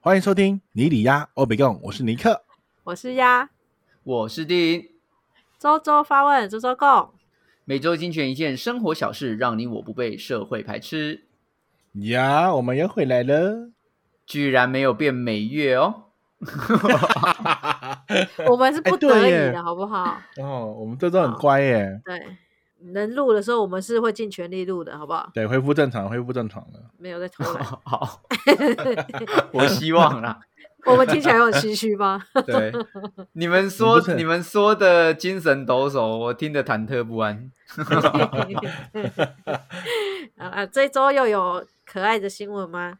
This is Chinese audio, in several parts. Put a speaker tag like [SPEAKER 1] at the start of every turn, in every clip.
[SPEAKER 1] 欢迎收听尼里鸭欧北贡，我是尼克。
[SPEAKER 2] 我是鸭，
[SPEAKER 3] 我是丁，
[SPEAKER 2] 周周发问，周 周共。
[SPEAKER 3] 每周精选一件生活小事，让你我不被社会排斥，
[SPEAKER 1] 呀，我们又回来了。
[SPEAKER 3] 居然没有变每月哦。
[SPEAKER 2] 我们是不
[SPEAKER 1] 哎对
[SPEAKER 2] 得已
[SPEAKER 1] 耶
[SPEAKER 2] 的，好不好？
[SPEAKER 1] 哦，我们这周很乖耶，
[SPEAKER 2] 对，能录的时候我们是会尽全力录的，好不好？
[SPEAKER 1] 对，恢复正常，恢复正常了。
[SPEAKER 2] 没有在偷 懒。
[SPEAKER 3] 好，我希望啦。
[SPEAKER 2] 我们听起来有很心 虚吗？
[SPEAKER 3] 对，你们
[SPEAKER 1] 我
[SPEAKER 3] 说
[SPEAKER 1] 不是
[SPEAKER 3] 你们说的精神抖擞，我听得忐忑不安。
[SPEAKER 2] 啊啊，这周又有可爱的新闻吗？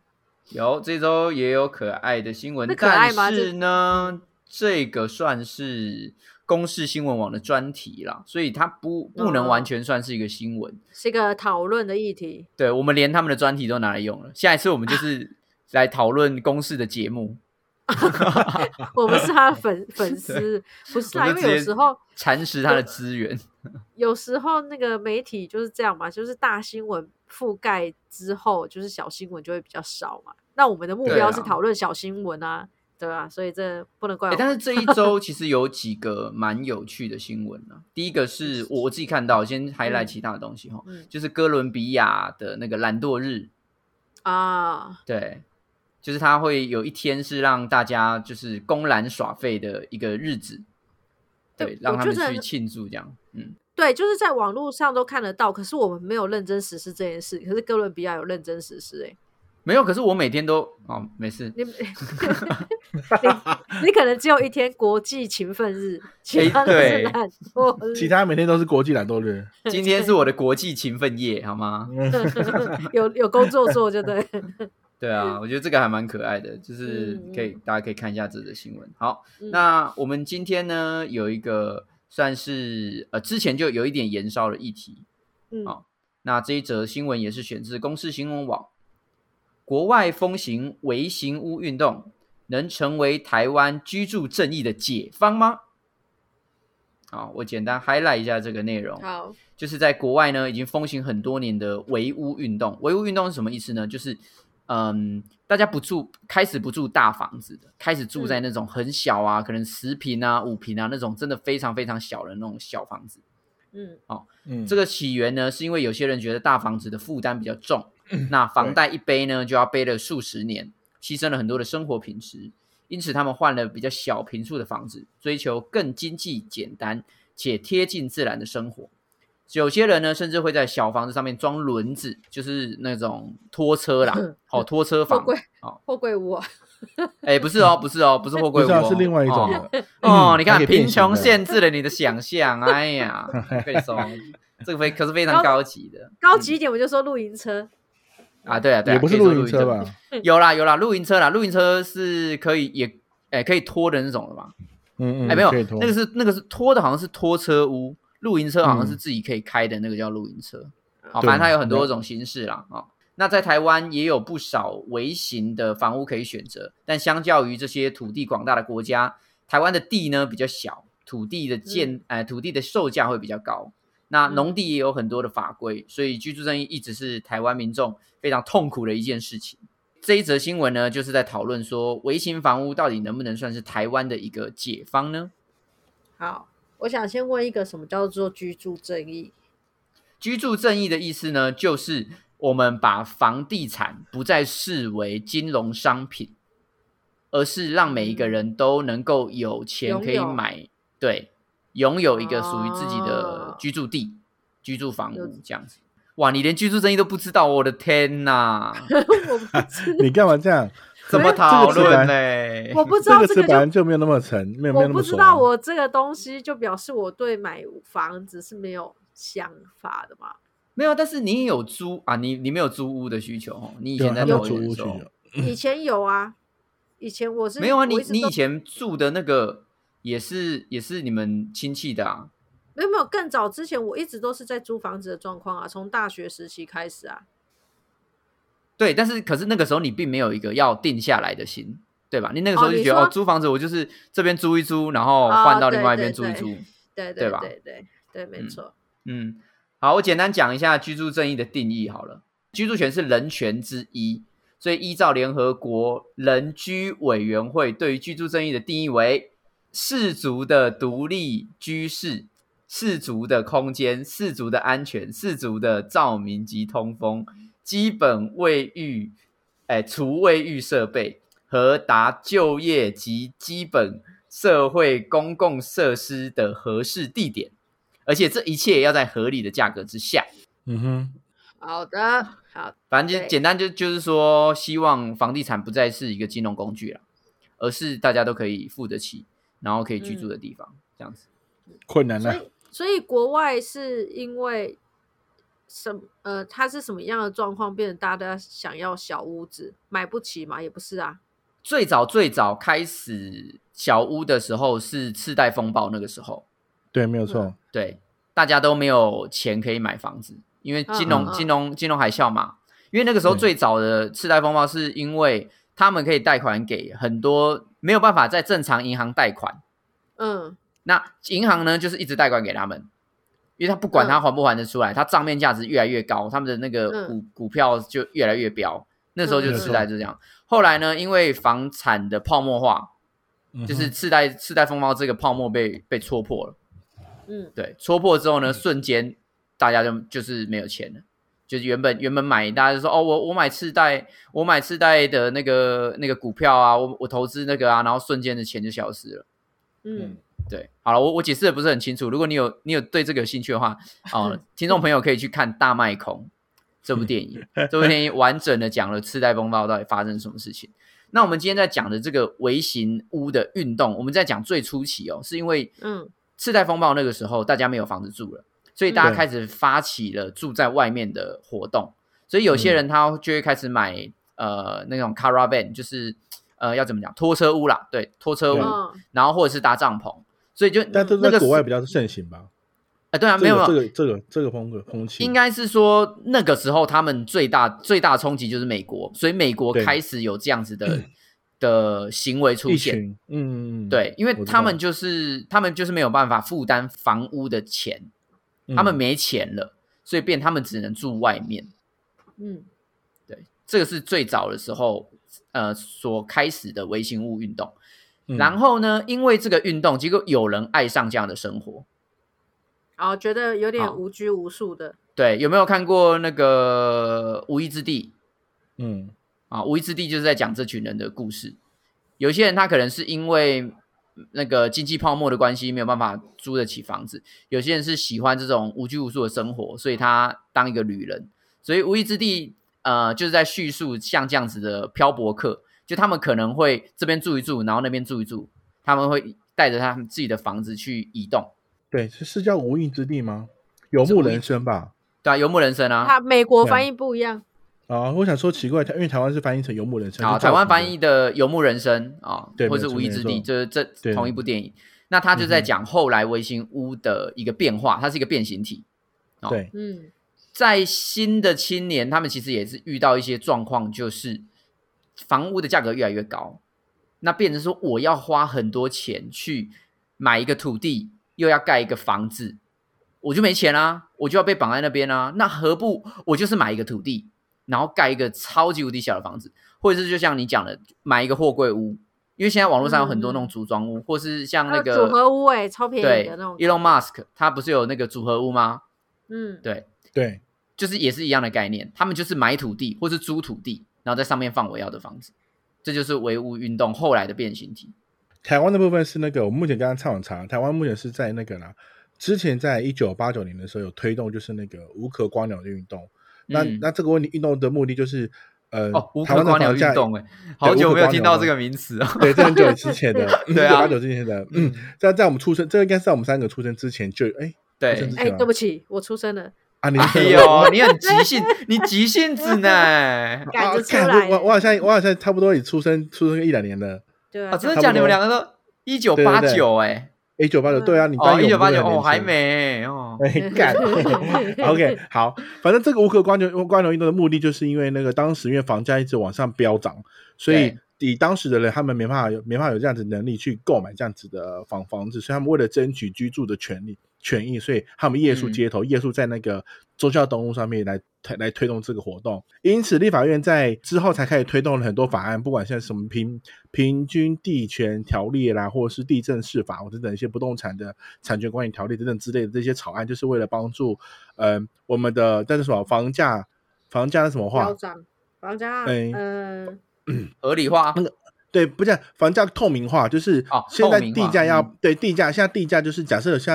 [SPEAKER 3] 有这周也有可爱的新闻
[SPEAKER 2] 那，可爱
[SPEAKER 3] 但
[SPEAKER 2] 吗
[SPEAKER 3] 是呢，这个算是公视新闻网的专题啦，所以它不不能
[SPEAKER 2] 嗯
[SPEAKER 3] 完全算是一个新闻。
[SPEAKER 2] 是一个讨论的议 题。
[SPEAKER 3] 对，我们连他们的专题都拿来用了。下一次我们就是来讨论公式的节目，
[SPEAKER 2] 我们是他的粉粉丝，不是啊？
[SPEAKER 3] 我
[SPEAKER 2] 因
[SPEAKER 3] 就
[SPEAKER 2] 为
[SPEAKER 3] 直接
[SPEAKER 2] 有时候， 啊
[SPEAKER 3] 蚕食它的资 源。
[SPEAKER 2] 有时候那个媒体就是这样嘛，就是大新闻覆盖之后，就是小新闻就会比较少嘛。那我们的目
[SPEAKER 3] 对
[SPEAKER 2] 标
[SPEAKER 3] 啊
[SPEAKER 2] 是讨论小新闻啊，对啊，所以这不能怪我
[SPEAKER 3] 诶
[SPEAKER 2] 们。
[SPEAKER 3] 哎但是这一周其实有几个蛮有趣的新闻啊。第一个是我我自己看到，先 highlight 其他的东西哈，
[SPEAKER 2] 嗯
[SPEAKER 3] 就是哥伦比亚的那个懒惰日，
[SPEAKER 2] 啊，
[SPEAKER 3] 对，就是它会有一天是让大家就是公然耍废的一个日子，
[SPEAKER 2] 对
[SPEAKER 3] 对，
[SPEAKER 2] 我
[SPEAKER 3] 让他们
[SPEAKER 2] 觉得
[SPEAKER 3] 去庆祝这样，嗯。
[SPEAKER 2] 对，就是在网络上都看得到，可是我们没有认真实施这件事。可是哥伦比亚有认真实施、欸，哎，
[SPEAKER 3] 没有，可是我每天都哦，没事，
[SPEAKER 2] 你你你可能只有一天国际勤奋日，其
[SPEAKER 3] 哎
[SPEAKER 2] 他都是
[SPEAKER 3] 对
[SPEAKER 2] 懒惰日，
[SPEAKER 1] 其他每天都是国际懒惰日，
[SPEAKER 3] 今天是我的国际勤奋夜，好吗？
[SPEAKER 1] 嗯
[SPEAKER 2] 有有工作做就对。
[SPEAKER 3] 对啊，我觉得这个还蛮可爱的，就是
[SPEAKER 2] 嗯
[SPEAKER 3] 可以、大家可以看一下这则新闻。好，
[SPEAKER 2] 嗯
[SPEAKER 3] 那我们今天呢有一个算是呃之前就有一点延烧的议题，
[SPEAKER 2] 嗯，
[SPEAKER 3] 好那这一则新闻也是选自公视新闻网，国外风行微型屋运动能成为台湾居住正义的解方吗？好，我简单 highlight 一下这个内容。
[SPEAKER 2] 好，
[SPEAKER 3] 就是在国外呢已经风行很多年的唯屋运动。唯屋运动是什么意思呢？就是嗯，大家不住，开始不住大房子的，开始住在那种很小啊，可能十平啊、五平啊那种真的非常非常小的那种小房子。
[SPEAKER 2] 嗯
[SPEAKER 1] 嗯，
[SPEAKER 3] 这个起源呢，是因为有些人觉得大房子的负担比较重，
[SPEAKER 1] 嗯
[SPEAKER 3] 那房贷一背呢就要背了数十年，牺牲了很多的生活品质，因此他们换了比较小平数的房子，追求更经济、简单且贴近自然的生活。有些人呢，甚至会在小房子上面装轮子，就是那种拖车 啦，哦，拖车
[SPEAKER 2] 货
[SPEAKER 3] 房，
[SPEAKER 2] 柜
[SPEAKER 3] 好，
[SPEAKER 2] 货柜屋啊，
[SPEAKER 3] 哎，不是 哦，不是哦，不是货柜屋
[SPEAKER 1] 不知道
[SPEAKER 3] 哦，
[SPEAKER 1] 是另外一种
[SPEAKER 3] 哦
[SPEAKER 1] 的。
[SPEAKER 3] 哦，
[SPEAKER 1] 嗯
[SPEAKER 3] 你看
[SPEAKER 1] 还可以变
[SPEAKER 3] 贫
[SPEAKER 1] 形
[SPEAKER 3] 穷
[SPEAKER 1] 的
[SPEAKER 3] 限制了你的想象，哎呀，我跟你说，这个非可是非常高级的
[SPEAKER 2] 高级一点我就说露营车，
[SPEAKER 3] 啊，对啊，对啊，
[SPEAKER 1] 也不是
[SPEAKER 3] 可以说
[SPEAKER 1] 露营车吧？？
[SPEAKER 3] 有啦有啦，露营车啦，露营车是可以也哎可以拖的那种的嘛？
[SPEAKER 1] 嗯嗯，
[SPEAKER 3] 哎，没有，
[SPEAKER 1] 可以拖
[SPEAKER 3] 那个是那个是拖的，好像是拖车屋，露营车好像是自己可以开的那个叫露营车，好，
[SPEAKER 1] 嗯对
[SPEAKER 3] 反正它有很多种形式啦，哦。那在台湾也有不少微型的房屋可以选择，但相较于这些土地广大的国家，台湾的地呢比较小，土地的建、呃土地的售价会比较高。那
[SPEAKER 2] 嗯
[SPEAKER 3] 农地也有很多的法规，所以居住正义一直是台湾民众非常痛苦的一件事情。这一则新闻呢，就是在讨论说，微型房屋到底能不能算是台湾的一个解方呢？
[SPEAKER 2] 好，我想先问一个，什么叫做居住正义？
[SPEAKER 3] 居住正义的意思呢，就是我们把房地产不再视为金融商品，而是让每一个人都能够有钱
[SPEAKER 2] 嗯拥
[SPEAKER 3] 可以
[SPEAKER 2] 有
[SPEAKER 3] 买，对，拥有一个属于自己的
[SPEAKER 2] 哦
[SPEAKER 3] 居住地、居住房
[SPEAKER 2] 有
[SPEAKER 3] 屋这样子。哇，你连居住正义都不知道，我的天 哪！
[SPEAKER 2] 我不知
[SPEAKER 1] 你干嘛这样？
[SPEAKER 3] 怎么讨论呢？
[SPEAKER 2] 我不知
[SPEAKER 1] 这
[SPEAKER 2] 道
[SPEAKER 1] 个
[SPEAKER 2] 这
[SPEAKER 1] 词
[SPEAKER 2] 个
[SPEAKER 1] 本来
[SPEAKER 2] 就。
[SPEAKER 1] 就没有那么沉，没有没有
[SPEAKER 2] 我
[SPEAKER 1] 那
[SPEAKER 2] 不
[SPEAKER 1] 么
[SPEAKER 2] 知
[SPEAKER 1] 熟。啊
[SPEAKER 2] 道我这个东西，就表示我对买房子是没有想法的嘛？
[SPEAKER 3] 没有，但是你也有租啊，你你没有租屋的需求哦。你以
[SPEAKER 1] 对
[SPEAKER 3] 前在
[SPEAKER 1] 啊他们
[SPEAKER 3] 桃
[SPEAKER 1] 租
[SPEAKER 3] 园的
[SPEAKER 1] 屋
[SPEAKER 3] 时
[SPEAKER 1] 去
[SPEAKER 3] 候
[SPEAKER 1] 的，
[SPEAKER 2] 以前有啊，以前我是
[SPEAKER 3] 没有啊，
[SPEAKER 2] 我
[SPEAKER 3] 你
[SPEAKER 2] 一直
[SPEAKER 3] 你
[SPEAKER 2] 都
[SPEAKER 3] 以前住的那个也是也是你们亲戚的啊。
[SPEAKER 2] 没有没有更早之前，我一直都是在租房子的状况啊，从大学时期开始啊，
[SPEAKER 3] 对，但是可是那个时候你并没有一个要定下来的心，对吧？你那个时
[SPEAKER 2] 哦
[SPEAKER 3] 候就
[SPEAKER 2] 你
[SPEAKER 3] 觉得
[SPEAKER 2] 说
[SPEAKER 3] 哦，租房子我就是这边租一租，然后换到另外一边租一租。
[SPEAKER 2] 哦对
[SPEAKER 3] 对
[SPEAKER 2] 对
[SPEAKER 3] 吧
[SPEAKER 2] 对对对，没
[SPEAKER 3] 嗯
[SPEAKER 2] 错，
[SPEAKER 3] 嗯，好，我简单讲一下居住正义的定义好了。居住权是人权之一，所以依照联合国人居委员会对于居住正义的定义为氏族的独立居室、氏族的空间、氏族的安全、氏族的照明及通风、基本卫浴、哎厨卫浴设备和达就业及基本社会公共设施的合适地点，而且这一切要在合理的价格之下。
[SPEAKER 1] 嗯哼，
[SPEAKER 2] 好的，好，
[SPEAKER 3] 反正
[SPEAKER 2] 对
[SPEAKER 3] 就简单就就是说，希望房地产不再是一个金融工具了，而是大家都可以付得起，然后可以居住的地方，这样子。
[SPEAKER 2] 嗯
[SPEAKER 1] 困难啊
[SPEAKER 2] 所
[SPEAKER 1] 了。
[SPEAKER 2] 以所以国外是因为什么呃，它是什么样的状况，变成大家想要小屋子，买不起嘛？也不是啊，
[SPEAKER 3] 最早最早开始小屋的时候是次贷风暴那个时候，
[SPEAKER 1] 对，没有错。
[SPEAKER 3] 对，大家都没有钱可以买房子，因为金融、
[SPEAKER 2] 嗯嗯嗯
[SPEAKER 3] 金融金融海啸嘛。因为那个时候
[SPEAKER 1] 对
[SPEAKER 3] 最早的次贷风暴是因为他们可以贷款给很多没有办法在正常银行贷款，
[SPEAKER 2] 嗯
[SPEAKER 3] 那银行呢，就是一直贷款给他们，因为他不管他还不还得出来，他账面价值越来越高，他们的那个
[SPEAKER 2] 嗯
[SPEAKER 3] 股、股票就越来越飙。那时候就
[SPEAKER 1] 嗯
[SPEAKER 3] 次贷就这样。后来呢，因为房产的泡沫化，
[SPEAKER 1] 嗯哼
[SPEAKER 3] 就是次贷次贷风暴这个泡沫被被戳破了。
[SPEAKER 2] 嗯
[SPEAKER 3] 对，戳破之后呢，瞬间大家就就是没有钱了。就是原本原本买，大家就说哦，我我买次贷，我买次贷的那个那个股票啊，我我投资那个啊，然后瞬间的钱就消失了。
[SPEAKER 2] 嗯，
[SPEAKER 3] 对，好了，我我解释的不是很清楚。如果你有你有对这个有兴趣的话，哦、听众朋友可以去看《大麦空》这部电影，这部电影完整的讲了次贷风暴到底发生什么事情。那我们今天在讲的这个微型屋的运动，我们在讲最初期哦，是因为
[SPEAKER 2] 嗯
[SPEAKER 3] 次贷风暴那个时候大家没有房子住了，所以大家
[SPEAKER 1] 嗯
[SPEAKER 3] 开始发起了住在外面的活动，所以有些人他就会开始买呃那种 caravan，就是呃要怎么讲拖车屋啦，对，拖车屋，
[SPEAKER 1] 对
[SPEAKER 2] 嗯
[SPEAKER 3] 然后或者是搭帐篷。所以就
[SPEAKER 1] 但这
[SPEAKER 3] 那
[SPEAKER 1] 在
[SPEAKER 3] 个
[SPEAKER 1] 国
[SPEAKER 3] 时
[SPEAKER 1] 外比较盛行吧？
[SPEAKER 3] 啊，对啊，没
[SPEAKER 1] 这
[SPEAKER 3] 有
[SPEAKER 1] 个这
[SPEAKER 3] 没有，
[SPEAKER 1] 个这个这个风格风气
[SPEAKER 3] 应该是说那个时候他们最大最大冲击就是美国，所以美国
[SPEAKER 1] 对嗯
[SPEAKER 3] 开始有这样子的的行为出
[SPEAKER 1] 一
[SPEAKER 3] 现。
[SPEAKER 1] 群，嗯，嗯嗯
[SPEAKER 3] 对，因为
[SPEAKER 1] 我知
[SPEAKER 3] 他
[SPEAKER 1] 道
[SPEAKER 3] 们就是他们就是没有办法负担房屋的钱，
[SPEAKER 1] 嗯
[SPEAKER 3] 他们没钱了，所以变他们只能住外面。
[SPEAKER 2] 嗯
[SPEAKER 3] 对，这个是最早的时候，呃，所开始的微型物运动。
[SPEAKER 1] 嗯
[SPEAKER 3] 然后呢，因为这个运动，结果有人爱上这样的生活。
[SPEAKER 2] 然后觉得有
[SPEAKER 3] 好
[SPEAKER 2] 点无拘无束的，
[SPEAKER 3] 对，有没有看过那个《无依之地》？
[SPEAKER 1] 嗯，
[SPEAKER 3] 啊，无意之地就是在讲这群人的故事。有些人他可能是因为嗯那个经济泡沫的关系，没有办法租得起房子；有些人是喜欢这种无拘无束的生活，所以他当一个旅人。所以无意之地，呃，就是在叙述像这样子的漂泊客，就他们可能会这边住一住，然后那边住一住，他们会带着他们自己的房子去移动，
[SPEAKER 1] 对，是是叫无意之地吗？游牧人生吧？
[SPEAKER 3] 对啊，游牧人生啊。
[SPEAKER 2] 它美国
[SPEAKER 1] 对
[SPEAKER 2] 翻译不一样，
[SPEAKER 1] 啊，我想说奇怪，因为台湾是翻译成游牧人生，
[SPEAKER 3] 啊，
[SPEAKER 1] 就照
[SPEAKER 3] 台湾翻
[SPEAKER 1] 我
[SPEAKER 3] 译的《游牧人生》啊，
[SPEAKER 1] 对
[SPEAKER 3] 或是
[SPEAKER 1] 没
[SPEAKER 3] 《
[SPEAKER 1] 错
[SPEAKER 3] 无意之
[SPEAKER 1] 没
[SPEAKER 3] 地》，
[SPEAKER 1] 错
[SPEAKER 3] 就是这
[SPEAKER 1] 对
[SPEAKER 3] 同一部电影。那他就在
[SPEAKER 1] 嗯哼
[SPEAKER 3] 讲后来维新屋的一个变化，它是一个变形体。
[SPEAKER 1] 的对，
[SPEAKER 2] 嗯
[SPEAKER 3] 在新的青年，他们其实也是遇到一些状况，就是房屋的价格越来越高，那变成说我要花很多钱去买一个土地，又要盖一个房子，我就没钱啦、我就要被绑在那边啦、那何不我就是买一个土地，然后盖一个超级无敌小的房子，或者是就像你讲的，买一个货柜屋，因为现在网络上有很多那种组装屋，或是像那个
[SPEAKER 2] 还有组合屋欸超便宜
[SPEAKER 3] 对
[SPEAKER 2] 的那种
[SPEAKER 3] Elon Musk 他不是有那个组合屋吗？
[SPEAKER 2] 嗯
[SPEAKER 3] 对。
[SPEAKER 1] 对，
[SPEAKER 3] 就是也是一样的概念，他们就是买土地或是租土地，然后在上面放我要的房子，这就是唯物运动后来的变形体。
[SPEAKER 1] 台湾的部分是那个，我目前刚刚上网查，台湾目前是在那个啦，之前在一九八九年的时候有推动，就是那个无壳瓜鸟的运动。那
[SPEAKER 3] 嗯
[SPEAKER 1] 那这个问题运动的目的就是，呃
[SPEAKER 3] 哦，，无
[SPEAKER 1] 台
[SPEAKER 3] 壳
[SPEAKER 1] 湾的
[SPEAKER 3] 瓜鸟
[SPEAKER 1] 房
[SPEAKER 3] 运
[SPEAKER 1] 价，
[SPEAKER 3] 动，哎，好久没有听到这个名词啊。
[SPEAKER 1] 对，在很久之前的，一
[SPEAKER 3] 对
[SPEAKER 1] 九
[SPEAKER 3] 啊
[SPEAKER 1] 八九之前的，嗯， 在在我们出生，这应该是在我们三个出生之前就，哎
[SPEAKER 3] 对，
[SPEAKER 2] 哎、对不起，我出生了，
[SPEAKER 1] 啊，你
[SPEAKER 3] 哎呦， 你很急性，你急性子呢？
[SPEAKER 2] 感
[SPEAKER 1] 啊
[SPEAKER 2] 觉出
[SPEAKER 1] 看
[SPEAKER 2] 来
[SPEAKER 1] 我我我好像我好像差不多也出生出生一两年了，
[SPEAKER 2] 对啊，
[SPEAKER 3] 啊，真的
[SPEAKER 1] 差
[SPEAKER 3] 假
[SPEAKER 1] 不多
[SPEAKER 3] 的？你们两个都一九八九哎，
[SPEAKER 1] 一九八
[SPEAKER 2] 嗯
[SPEAKER 1] 九，对啊，你
[SPEAKER 3] 哦，
[SPEAKER 1] 刚
[SPEAKER 3] 一九
[SPEAKER 1] 有
[SPEAKER 3] 八
[SPEAKER 1] 没有
[SPEAKER 3] 九
[SPEAKER 1] 很
[SPEAKER 3] 哦，
[SPEAKER 1] 年
[SPEAKER 3] 还
[SPEAKER 1] 轻
[SPEAKER 3] 没哦。
[SPEAKER 1] 哎， 干，OK，好，反正这个无可观牛观牛运动的目的，就是因为那个当时因为房价一直往上飙涨，所以
[SPEAKER 3] 对
[SPEAKER 1] 以当时的人他们没办法有没办法有这样子能力去购买这样子的房房子，所以他们为了争取居住的权利，权益，所以他们夜宿
[SPEAKER 3] 嗯
[SPEAKER 1] 街头，夜宿在那个宗教东路上面来推来推动这个活动。因此，立法院在之后才开始推动了很多法案，不管像什么平平均地权条例啦，或者是地震释法，或者等一些不动产的产权管理条例等等之类的这些草案，就是为了帮助，嗯、我们的但是什么房价房价是什么话
[SPEAKER 2] 标涨，房价，
[SPEAKER 1] 哎
[SPEAKER 2] 嗯，
[SPEAKER 3] 合理化，
[SPEAKER 1] 对，不是房价透明化，就是
[SPEAKER 3] 哦
[SPEAKER 1] 现在
[SPEAKER 3] 透明
[SPEAKER 1] 地
[SPEAKER 3] 化
[SPEAKER 1] 价要、
[SPEAKER 3] 嗯
[SPEAKER 1] 对地价，现在地价就是假设现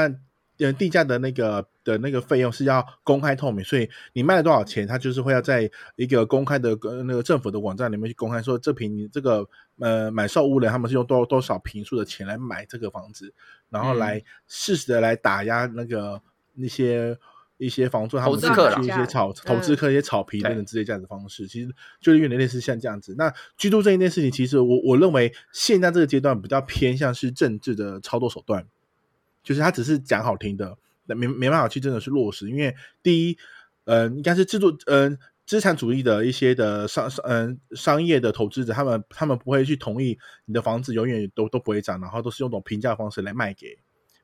[SPEAKER 1] 在呃地价的那个的那个费用是要公开透明，所以你卖了多少钱，它就是会要在一个公开的呃那个政府的网站里面去公开说这平这个呃买售屋人他们是用多多少平数的钱来买这个房子，然后
[SPEAKER 3] 嗯
[SPEAKER 1] 来适时的来打压那个那些。一些房租，他
[SPEAKER 3] 投
[SPEAKER 1] 们
[SPEAKER 3] 资
[SPEAKER 1] 去
[SPEAKER 3] 客
[SPEAKER 1] 去
[SPEAKER 3] 啦
[SPEAKER 1] 一些炒投
[SPEAKER 2] 嗯
[SPEAKER 1] 资客、一些炒皮等
[SPEAKER 3] 对
[SPEAKER 1] 等之类这样的方式，其实就是有点类似像这样子。那居住证一件事情，其实我我认为现在这个阶段比较偏向是政治的操作手段，就是他只是讲好听的，那没没办法去真的是落实，因为第一，嗯、应该是制作，嗯、资产主义的一些的商商嗯、商业的投资者，他们他们不会去同意你的房子永远都都不会涨，然后都是用这种平价方式来卖给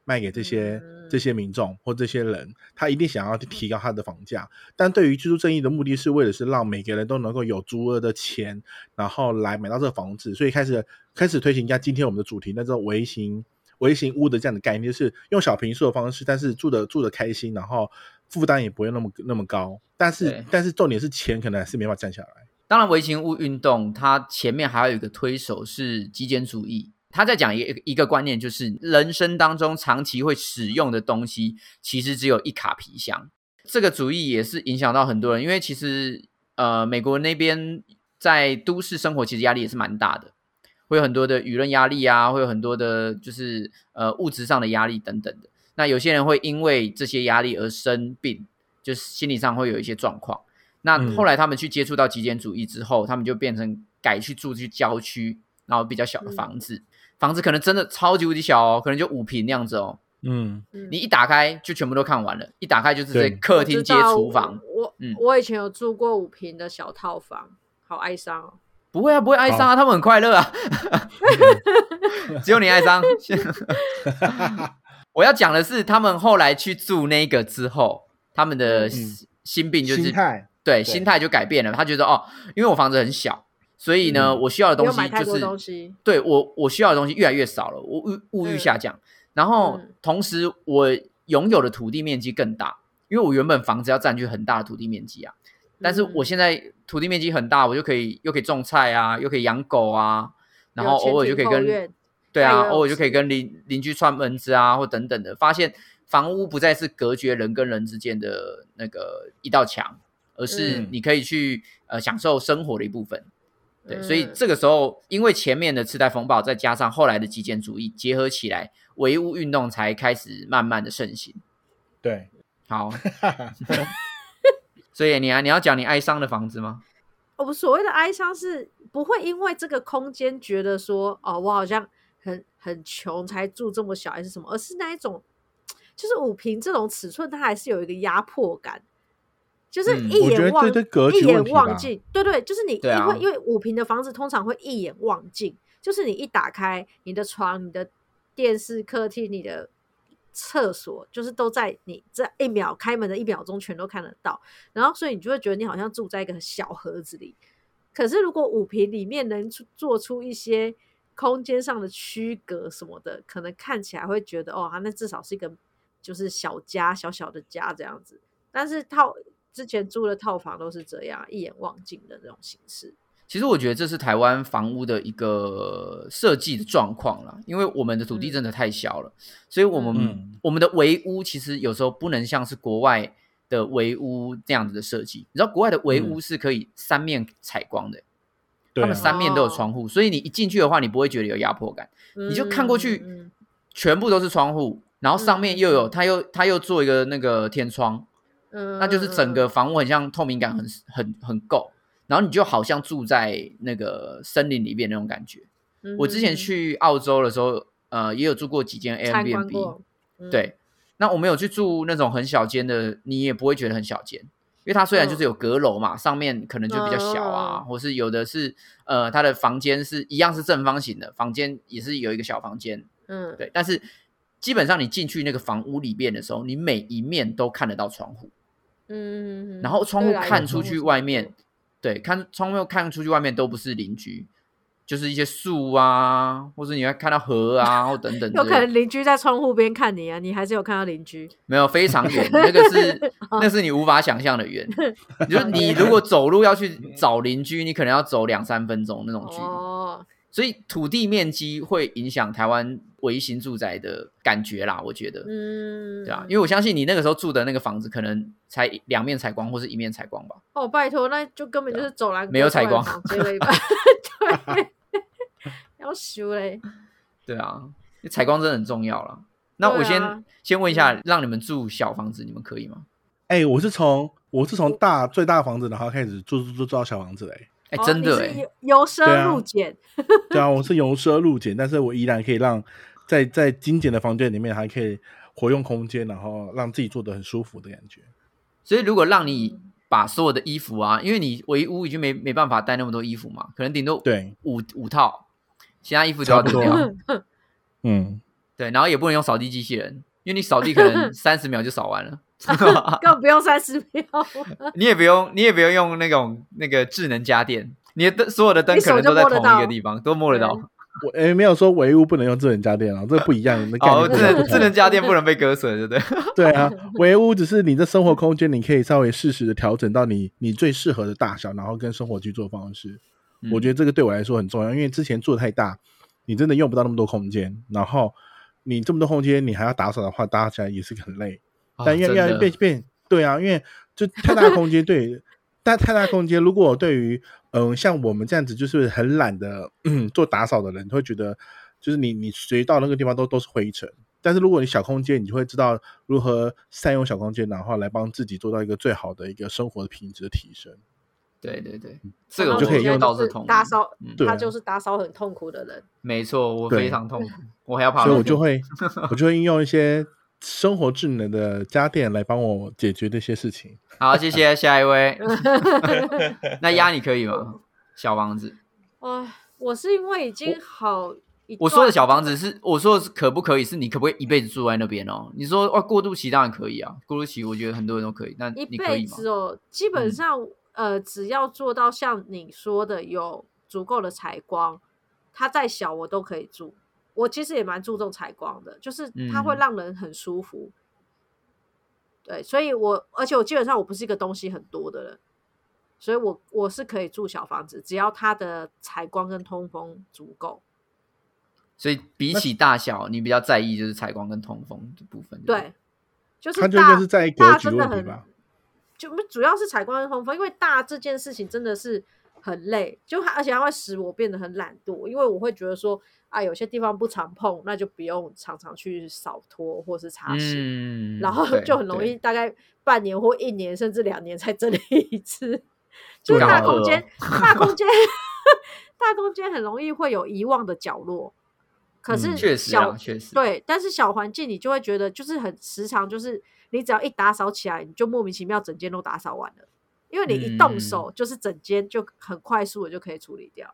[SPEAKER 1] 卖给这些、这些民众或这些人，他一定想要去提高他的房价。但对于居住正义的目的是为了是让每个人都能够有足额的钱，然后来买到这个房子，所以开始开始推行一下今天我们的主题，那种微型微型屋的这样的概念，就是用小平数的方式，但是住的住的开心，然后负担也不会那么那么高。但是
[SPEAKER 3] 对
[SPEAKER 1] 但是重点是钱可能还是没法降下来。
[SPEAKER 3] 当然，微型物运动它前面还有一个推手是极简主义，他在讲一个一个观念，就是人生当中长期会使用的东西，其实只有一卡皮箱。这个主义也是影响到很多人，因为其实呃，美国那边在都市生活其实压力也是蛮大的，会有很多的舆论压力啊，会有很多的就是呃物质上的压力等等的。那有些人会因为这些压力而生病，就是心理上会有一些状况。那
[SPEAKER 1] 嗯
[SPEAKER 3] 后来他们去接触到极简主义之后，他们就变成改去住去郊区，然后比较小的房子，房子可能真的超级无敌小哦，可能就五平那样子哦。
[SPEAKER 1] 嗯，
[SPEAKER 2] 嗯
[SPEAKER 3] 你一打开就全部都看完了，一打开就是
[SPEAKER 1] 对
[SPEAKER 3] 这客
[SPEAKER 2] 我
[SPEAKER 3] 厅
[SPEAKER 2] 知
[SPEAKER 3] 接
[SPEAKER 2] 道
[SPEAKER 3] 厨房，
[SPEAKER 2] 我
[SPEAKER 3] 嗯
[SPEAKER 2] 我以前有住过五平的小套房，好哀伤哦。
[SPEAKER 3] 不会啊，不会哀伤啊，他们很快乐啊，只有你哀伤。我要讲的是，他们后来去住那个之后，他们的
[SPEAKER 2] 嗯
[SPEAKER 3] 心心病就是
[SPEAKER 1] 心态
[SPEAKER 3] 对心态就改变了，他觉得哦，因为我房子很小，所以呢，
[SPEAKER 1] 嗯
[SPEAKER 3] 我需要的
[SPEAKER 2] 不
[SPEAKER 3] 东
[SPEAKER 2] 要
[SPEAKER 3] 西
[SPEAKER 2] 买太
[SPEAKER 3] 就
[SPEAKER 2] 多
[SPEAKER 3] 是
[SPEAKER 2] 东西，
[SPEAKER 3] 对我我需要的东西越来越少了，我物物欲下降，然后
[SPEAKER 2] 嗯
[SPEAKER 3] 同时我拥有的土地面积更大，因为我原本房子要占据很大的土地面积啊，但是我
[SPEAKER 2] 嗯
[SPEAKER 3] 现在土地面积很大，我就可以又可以种菜啊，又可以养狗啊，然后
[SPEAKER 2] 有前
[SPEAKER 3] 偶尔就可
[SPEAKER 2] 庭
[SPEAKER 3] 以
[SPEAKER 2] 后
[SPEAKER 3] 跟
[SPEAKER 2] 院
[SPEAKER 3] 对
[SPEAKER 2] 还有
[SPEAKER 3] 啊，
[SPEAKER 2] 游
[SPEAKER 3] 偶尔就可以
[SPEAKER 2] 戏
[SPEAKER 3] 跟邻邻居串门子啊，或等等的，发现房屋不再是隔绝人跟人之间的那个一道墙，而是
[SPEAKER 1] 嗯
[SPEAKER 3] 你可以去、呃享受生活的一部分。对，所以
[SPEAKER 2] 嗯
[SPEAKER 3] 这个时候，因为前面的次贷风暴，再加上后来的极简主义结合起来，唯物运动才开始慢慢的盛行。
[SPEAKER 1] 对，
[SPEAKER 3] 好，所以你啊，你要讲你哀伤的房子吗？
[SPEAKER 2] 我哦们所谓的哀伤是不会因为这个空间觉得说哦，我好像很很穷才住这么小还是什么，而是那一种就是五平这种尺寸，它还是有一个压迫感，就是
[SPEAKER 3] 嗯
[SPEAKER 2] 一
[SPEAKER 1] 我觉
[SPEAKER 2] 眼
[SPEAKER 1] 得
[SPEAKER 2] 望、
[SPEAKER 1] 这对格
[SPEAKER 2] 一
[SPEAKER 1] 局问
[SPEAKER 2] 眼
[SPEAKER 1] 题吧
[SPEAKER 2] 望。尽，对对，就是你因
[SPEAKER 3] 对
[SPEAKER 2] 为、
[SPEAKER 3] 啊
[SPEAKER 2] 因为五平的房子通常会一眼望尽，就是你一打开你的床、你的电视、客厅、你的厕所，就是都在你这一秒开门的一秒钟全都看得到，然后所以你就会觉得你好像住在一个小盒子里。可是如果五平里面能出做出一些空间上的区隔什么的，可能看起来会觉得哦，啊那至少是一个就是小家小小的家这样子。但是套之前租的套房都是这样，一眼望尽的这种形式。
[SPEAKER 3] 其实我觉得这是台湾房屋的一个设计的状况啦，因为我们的土地
[SPEAKER 2] 嗯
[SPEAKER 3] 真的太小了，所以我们、
[SPEAKER 1] 嗯
[SPEAKER 3] 我们的围屋其实有时候不能像是国外的围屋这样子的设计。你知道国外的围屋是可以三面采光的，
[SPEAKER 1] 嗯对
[SPEAKER 3] 他
[SPEAKER 1] 啊、
[SPEAKER 3] 们三面都有窗户，所以你一进去的话，你不会觉得有压迫感，你就看过去，
[SPEAKER 2] 嗯嗯
[SPEAKER 3] 全部都是窗户，然后上面又
[SPEAKER 2] 嗯嗯
[SPEAKER 3] 有
[SPEAKER 2] 嗯
[SPEAKER 3] 它又它又做一个那个天窗，
[SPEAKER 2] 嗯
[SPEAKER 3] 那就是整个房屋很像透明感很很很够，然后你就好像住在那个森林里面那种感觉。
[SPEAKER 2] 嗯嗯
[SPEAKER 3] 我之前去澳洲的时候，呃，也有住过几间
[SPEAKER 2] 参观
[SPEAKER 3] Airbnb，
[SPEAKER 2] 过，嗯，
[SPEAKER 3] 对。那我们有去住那种很小间的，你也不会觉得很小间，因为它虽然
[SPEAKER 2] 嗯
[SPEAKER 3] 就是有阁楼嘛，上面可能就比较小啊，
[SPEAKER 2] 哦
[SPEAKER 3] 或是有的是呃，它的房间是一样是正方形的，房间也是有一个小房间，
[SPEAKER 2] 嗯，
[SPEAKER 3] 对，但是基本上你进去那个房屋里面的时候，你每一面都看得到窗户，
[SPEAKER 2] 嗯，
[SPEAKER 3] 然后窗户
[SPEAKER 2] 对啦
[SPEAKER 3] 看
[SPEAKER 2] 有
[SPEAKER 3] 出
[SPEAKER 2] 窗户
[SPEAKER 3] 去
[SPEAKER 2] 是
[SPEAKER 3] 外
[SPEAKER 2] 不
[SPEAKER 3] 面
[SPEAKER 2] 错，
[SPEAKER 3] 对，看窗户看出去外面都不是邻居，就是一些树啊，或者你会看到河啊，或等等之
[SPEAKER 2] 有
[SPEAKER 3] 类
[SPEAKER 2] 可
[SPEAKER 3] 的。
[SPEAKER 2] 能邻居在窗户边看你啊，你还是有看到邻居。
[SPEAKER 3] 没有非常 远，那个是
[SPEAKER 2] 嗯
[SPEAKER 3] 那是你无法想象的远。就是你如果走路要去找邻居，你可能要走两三分钟那种距离。
[SPEAKER 2] 哦，
[SPEAKER 3] 所以土地面积会影响台湾微型住宅的感觉啦，我觉得，
[SPEAKER 2] 嗯，
[SPEAKER 3] 对啊，因为我相信你那个时候住的那个房子可能才两面采光或是一面采光吧，
[SPEAKER 2] 哦，拜托，那就根本就是走廊
[SPEAKER 3] 啊没有
[SPEAKER 2] 隔出
[SPEAKER 3] 采
[SPEAKER 2] 来的
[SPEAKER 3] 光
[SPEAKER 2] 房间了一半， 对，要修嘞。
[SPEAKER 3] 对啊，采光真的很重要啦。那我
[SPEAKER 2] 对啊
[SPEAKER 3] 先、
[SPEAKER 2] 嗯
[SPEAKER 3] 先问一下，让你们住小房子，你们可以吗？
[SPEAKER 1] 哎、我是从我是从大最大房子，然后开始住住住住到小房子嘞、
[SPEAKER 3] 哎、
[SPEAKER 2] 哦
[SPEAKER 3] 真的哎、
[SPEAKER 2] 你是由由
[SPEAKER 1] 对
[SPEAKER 2] 奢
[SPEAKER 1] 啊
[SPEAKER 2] 入俭，
[SPEAKER 1] 对啊，我是由奢入俭，但是我依然可以让在在精简的房间里面还可以活用空间，然后让自己做的很舒服的感觉。
[SPEAKER 3] 所以如果让你把所有的衣服啊，因为你围屋已经没没办法带那么多衣服嘛，可能顶多
[SPEAKER 1] 对，
[SPEAKER 3] 五五套，其他衣服都要
[SPEAKER 1] 差不
[SPEAKER 3] 丢
[SPEAKER 1] 多
[SPEAKER 3] 掉。
[SPEAKER 1] 嗯，
[SPEAKER 3] 对，然后也不能用扫地机器人，因为你扫地可 能三十秒就扫完了， 啊
[SPEAKER 2] 根本不用三十秒，
[SPEAKER 3] 你也不用你也不用用那种那个智能家电，你的灯所有的灯
[SPEAKER 2] 你
[SPEAKER 3] 可能
[SPEAKER 2] 手就
[SPEAKER 3] 都在
[SPEAKER 2] 摸得
[SPEAKER 3] 同一个
[SPEAKER 2] 到
[SPEAKER 3] 地方，都摸得到。
[SPEAKER 1] 我哎、没有说唯物不能用智能家电啊，这不一样的概
[SPEAKER 3] 哦，
[SPEAKER 1] 念
[SPEAKER 3] 智
[SPEAKER 1] 不一样。
[SPEAKER 3] 能
[SPEAKER 1] 不同
[SPEAKER 3] 智能家电不能被割损，对不对？
[SPEAKER 1] 对啊，唯物只是你的生活空间，你可以稍微适时的调整到你你最适合的大小，然后跟生活居住方式。我觉
[SPEAKER 3] 得
[SPEAKER 1] 得这个对我来说很重要，因为之前做得太大，你真的用不到那么多空间，然后你这么多空间，你还要打扫的话，搭起来也是很累。
[SPEAKER 3] 嗯
[SPEAKER 2] 啊
[SPEAKER 3] 哦
[SPEAKER 1] 但越越变变，对啊，因为就太大空 间，对，但太大空间，如果对于嗯、呃像我们这样子就是很懒的、嗯、做打扫的人，会觉得就是你你随到那个地方都都是灰尘。但是如果你小空间，你就会知道如何善用小空间，然后来帮自己做到一个最好的一个生活品质的提升。
[SPEAKER 3] 对对对，这
[SPEAKER 2] 然
[SPEAKER 3] 个我
[SPEAKER 2] 后
[SPEAKER 1] 就可以
[SPEAKER 2] 现在
[SPEAKER 1] 用
[SPEAKER 3] 倒
[SPEAKER 2] 是
[SPEAKER 3] 同意
[SPEAKER 2] 打扫
[SPEAKER 3] 嗯，
[SPEAKER 1] 对啊
[SPEAKER 2] 他就是打扫很痛苦的人。
[SPEAKER 3] 没错，我
[SPEAKER 1] 对
[SPEAKER 3] 非常 痛苦，我还要爬楼梯，
[SPEAKER 1] 所以我就会我就会应用一些生活智能的家电来帮我解决这些事情。
[SPEAKER 3] 好，谢谢下一 位。 那鸭你可以吗？小房子，
[SPEAKER 2] 哎，我是因为已经好一
[SPEAKER 3] 我说的
[SPEAKER 2] 段
[SPEAKER 3] 小房子是我说的是可不可以？是你可不可以一辈子住在那边哦？你说哦，过渡期当然可以啊，过渡期我觉得很多人都可以。那
[SPEAKER 2] 一
[SPEAKER 3] 你可
[SPEAKER 2] 辈
[SPEAKER 3] 以吗？
[SPEAKER 2] 子哦，基本
[SPEAKER 3] 嗯
[SPEAKER 2] 上、呃，只要做到像你说的有足够的采光，它再小我都可以住。我其实也蛮注重采光的，就是它会
[SPEAKER 3] 嗯
[SPEAKER 2] 让人很舒服。对，所以我而且我基本上我不是一个东西很多的人，所以我我是可以住小房子，只要它的采光跟通风足够。
[SPEAKER 3] 所以比起大小，你比较在意就是采光跟通风的部分。不
[SPEAKER 2] 对，，就是
[SPEAKER 1] 它就应
[SPEAKER 2] 大
[SPEAKER 1] 该是在意格
[SPEAKER 2] 大
[SPEAKER 1] 局
[SPEAKER 2] 真的
[SPEAKER 1] 问题
[SPEAKER 2] 很
[SPEAKER 1] 吧？
[SPEAKER 2] 就主要是采光跟通风，因为大这件事情真的是很累，就它而且它会使我变得很懒惰，因为我会觉得说啊，有些地方不常碰，那就不用常常去扫拖或啊是擦拭，
[SPEAKER 3] 嗯，
[SPEAKER 2] 然后
[SPEAKER 3] 对
[SPEAKER 2] 就很容易。大概半年或一年甚至两年才整理 一次，就
[SPEAKER 3] 对
[SPEAKER 2] 是大
[SPEAKER 3] 好
[SPEAKER 2] 空
[SPEAKER 3] 饿
[SPEAKER 2] 间
[SPEAKER 3] 哦，
[SPEAKER 2] 大空间， 大空间很容易会有遗忘的角落。可是
[SPEAKER 1] 嗯
[SPEAKER 3] 对确实
[SPEAKER 2] 小、
[SPEAKER 3] 啊，确实。
[SPEAKER 2] 对，但是小环境你就会觉得，就是很时常，就是你只要一打扫起来，你就莫名其妙整间都打扫完了，因为你一
[SPEAKER 3] 嗯
[SPEAKER 2] 动手，就是整间就很快速的就可以处理掉。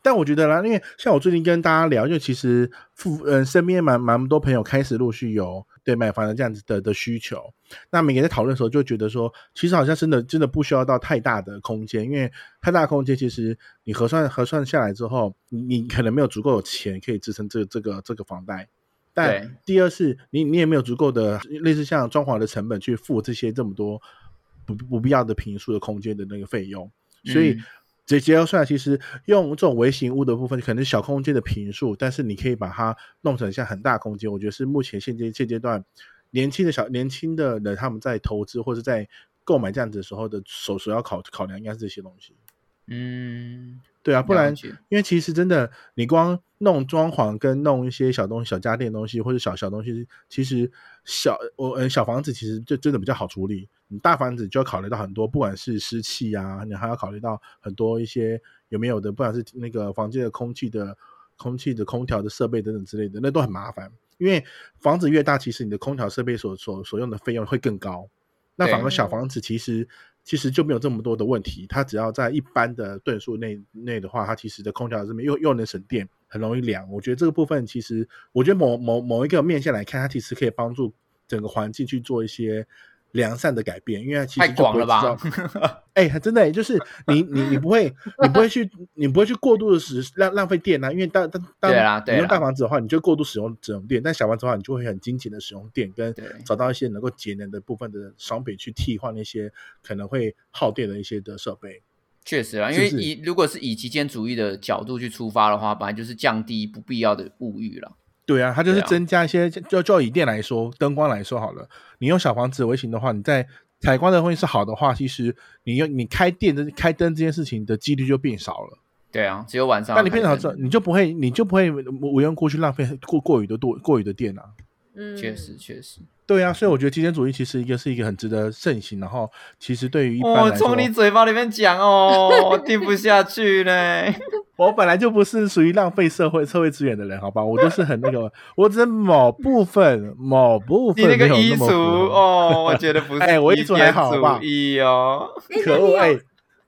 [SPEAKER 1] 但我觉得啦，因为像我最近跟大家聊，因为其实父嗯、身边蛮蛮多朋友开始陆续有对买房的这样子的的需求，那每个人在讨论的时候就觉得说，其实好像真的真的不需要到太大的空间，因为太大的空间其实你核算核算下来之后，你你可能没有足够的钱可以支撑这这个这个房贷。
[SPEAKER 3] 对
[SPEAKER 1] 但第二是你你也没有足够的类似像装潢的成本去付这些这么多不不必要的平数的空间的那个费用，所以
[SPEAKER 3] 嗯
[SPEAKER 1] 结结合算来，其实用这种微型屋的部分，可能是小空间的平数，但是你可以把它弄成像很大空间。我觉得是目前现阶现阶段年轻的小年轻的人他们在投资或者在购买这样子的时候的首首要考考量应该是这些东西。
[SPEAKER 3] 嗯，
[SPEAKER 1] 对啊，不然
[SPEAKER 3] 了解
[SPEAKER 1] 因为其实真的，你光弄装潢跟弄一些小东西、小家电东西或者小小东西，其实小我嗯小房子其实就真的比较好处理。你大房子就要考虑到很多，不管是湿气啊，你还要考虑到很多一些有没有的，不管是那个房间的空气的、空气的空调的设备等等之类的，那都很麻烦。因为房子越大，其实你的空调设备所所所用的费用会更高。那
[SPEAKER 3] 对
[SPEAKER 1] 反而小房子其实其实就没有这么多的问题，它只要在一般的吨数内内的话，它其实的空调这边又又能省电，很容易凉。我觉得这个部分其实，我觉得某某某一个面向来看，它其实可以帮助整个环境去做一些良善的改变，因为它其实
[SPEAKER 3] 太
[SPEAKER 1] 就不
[SPEAKER 3] 广
[SPEAKER 1] 会
[SPEAKER 3] 了
[SPEAKER 1] 知道
[SPEAKER 3] 吧？
[SPEAKER 1] 哎、还真的、 就是你你你不会你不会去你不会去过度的使浪浪费电啊，因为当当当
[SPEAKER 3] 对啦对
[SPEAKER 1] 你用大
[SPEAKER 3] 啦
[SPEAKER 1] 房子的话，你就过度使用只用电，但小房子的话，你就会很精简的使用电，跟
[SPEAKER 3] 对
[SPEAKER 1] 找到一些能够节能的部分的商品去替换那些可能会耗电的一些的设备。
[SPEAKER 3] 确实啊啦，因为
[SPEAKER 1] 是不是
[SPEAKER 3] 以如果是以极简主义的角度去出发的话，本来就是降低不必要的物欲了。
[SPEAKER 1] 对啊，它就是
[SPEAKER 3] 对啊
[SPEAKER 1] 增加一些，就就以电来说，灯光来说好了，你用小房子为型的话，你在采光的东西是好的话，其实你用你开电的开灯这件事情的几率就变少了。
[SPEAKER 3] 对啊，只有晚上要
[SPEAKER 1] 但
[SPEAKER 3] 开
[SPEAKER 1] 你
[SPEAKER 3] 灯。
[SPEAKER 1] 变少之后，你就不会，你就不会无无缘无故去浪费过过于的多过于的电啊。
[SPEAKER 2] 嗯，
[SPEAKER 3] 确实确实。
[SPEAKER 1] 对啊，所以我觉得极简主义其实一个是一个很值得盛行，然后其实对于一般
[SPEAKER 3] 哦，
[SPEAKER 1] 来说，
[SPEAKER 3] 从你嘴巴里面讲哦，我听不下去 嘞。
[SPEAKER 1] 我本来就不是属于浪费社会社会资源的人，好吧，我就是很那个，我只是某部分某部
[SPEAKER 3] 你
[SPEAKER 1] 分
[SPEAKER 3] 那个
[SPEAKER 1] 没有
[SPEAKER 3] 衣
[SPEAKER 1] 那么
[SPEAKER 3] 橱
[SPEAKER 1] 符合，
[SPEAKER 3] 哦，我觉得不是
[SPEAKER 1] 哎我衣橱还好
[SPEAKER 3] 极简
[SPEAKER 1] 吧
[SPEAKER 3] 主义哦。
[SPEAKER 2] 哎
[SPEAKER 1] 可恶，哎、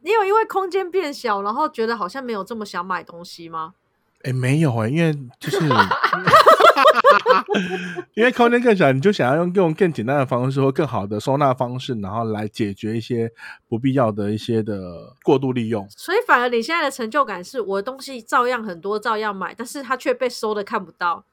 [SPEAKER 2] 你有因为空间变小，然后觉得好像没有这么想买东西吗？
[SPEAKER 1] 哎，没有哎、因为就是，因为空间更小，你就想要用用更简单的方式或更好的收纳方式，然后来解决一些不必要的一些的过度利用。
[SPEAKER 2] 所以反而你现在的成就感是，我的东西照样很多，照样买，但是它却被收的看不到。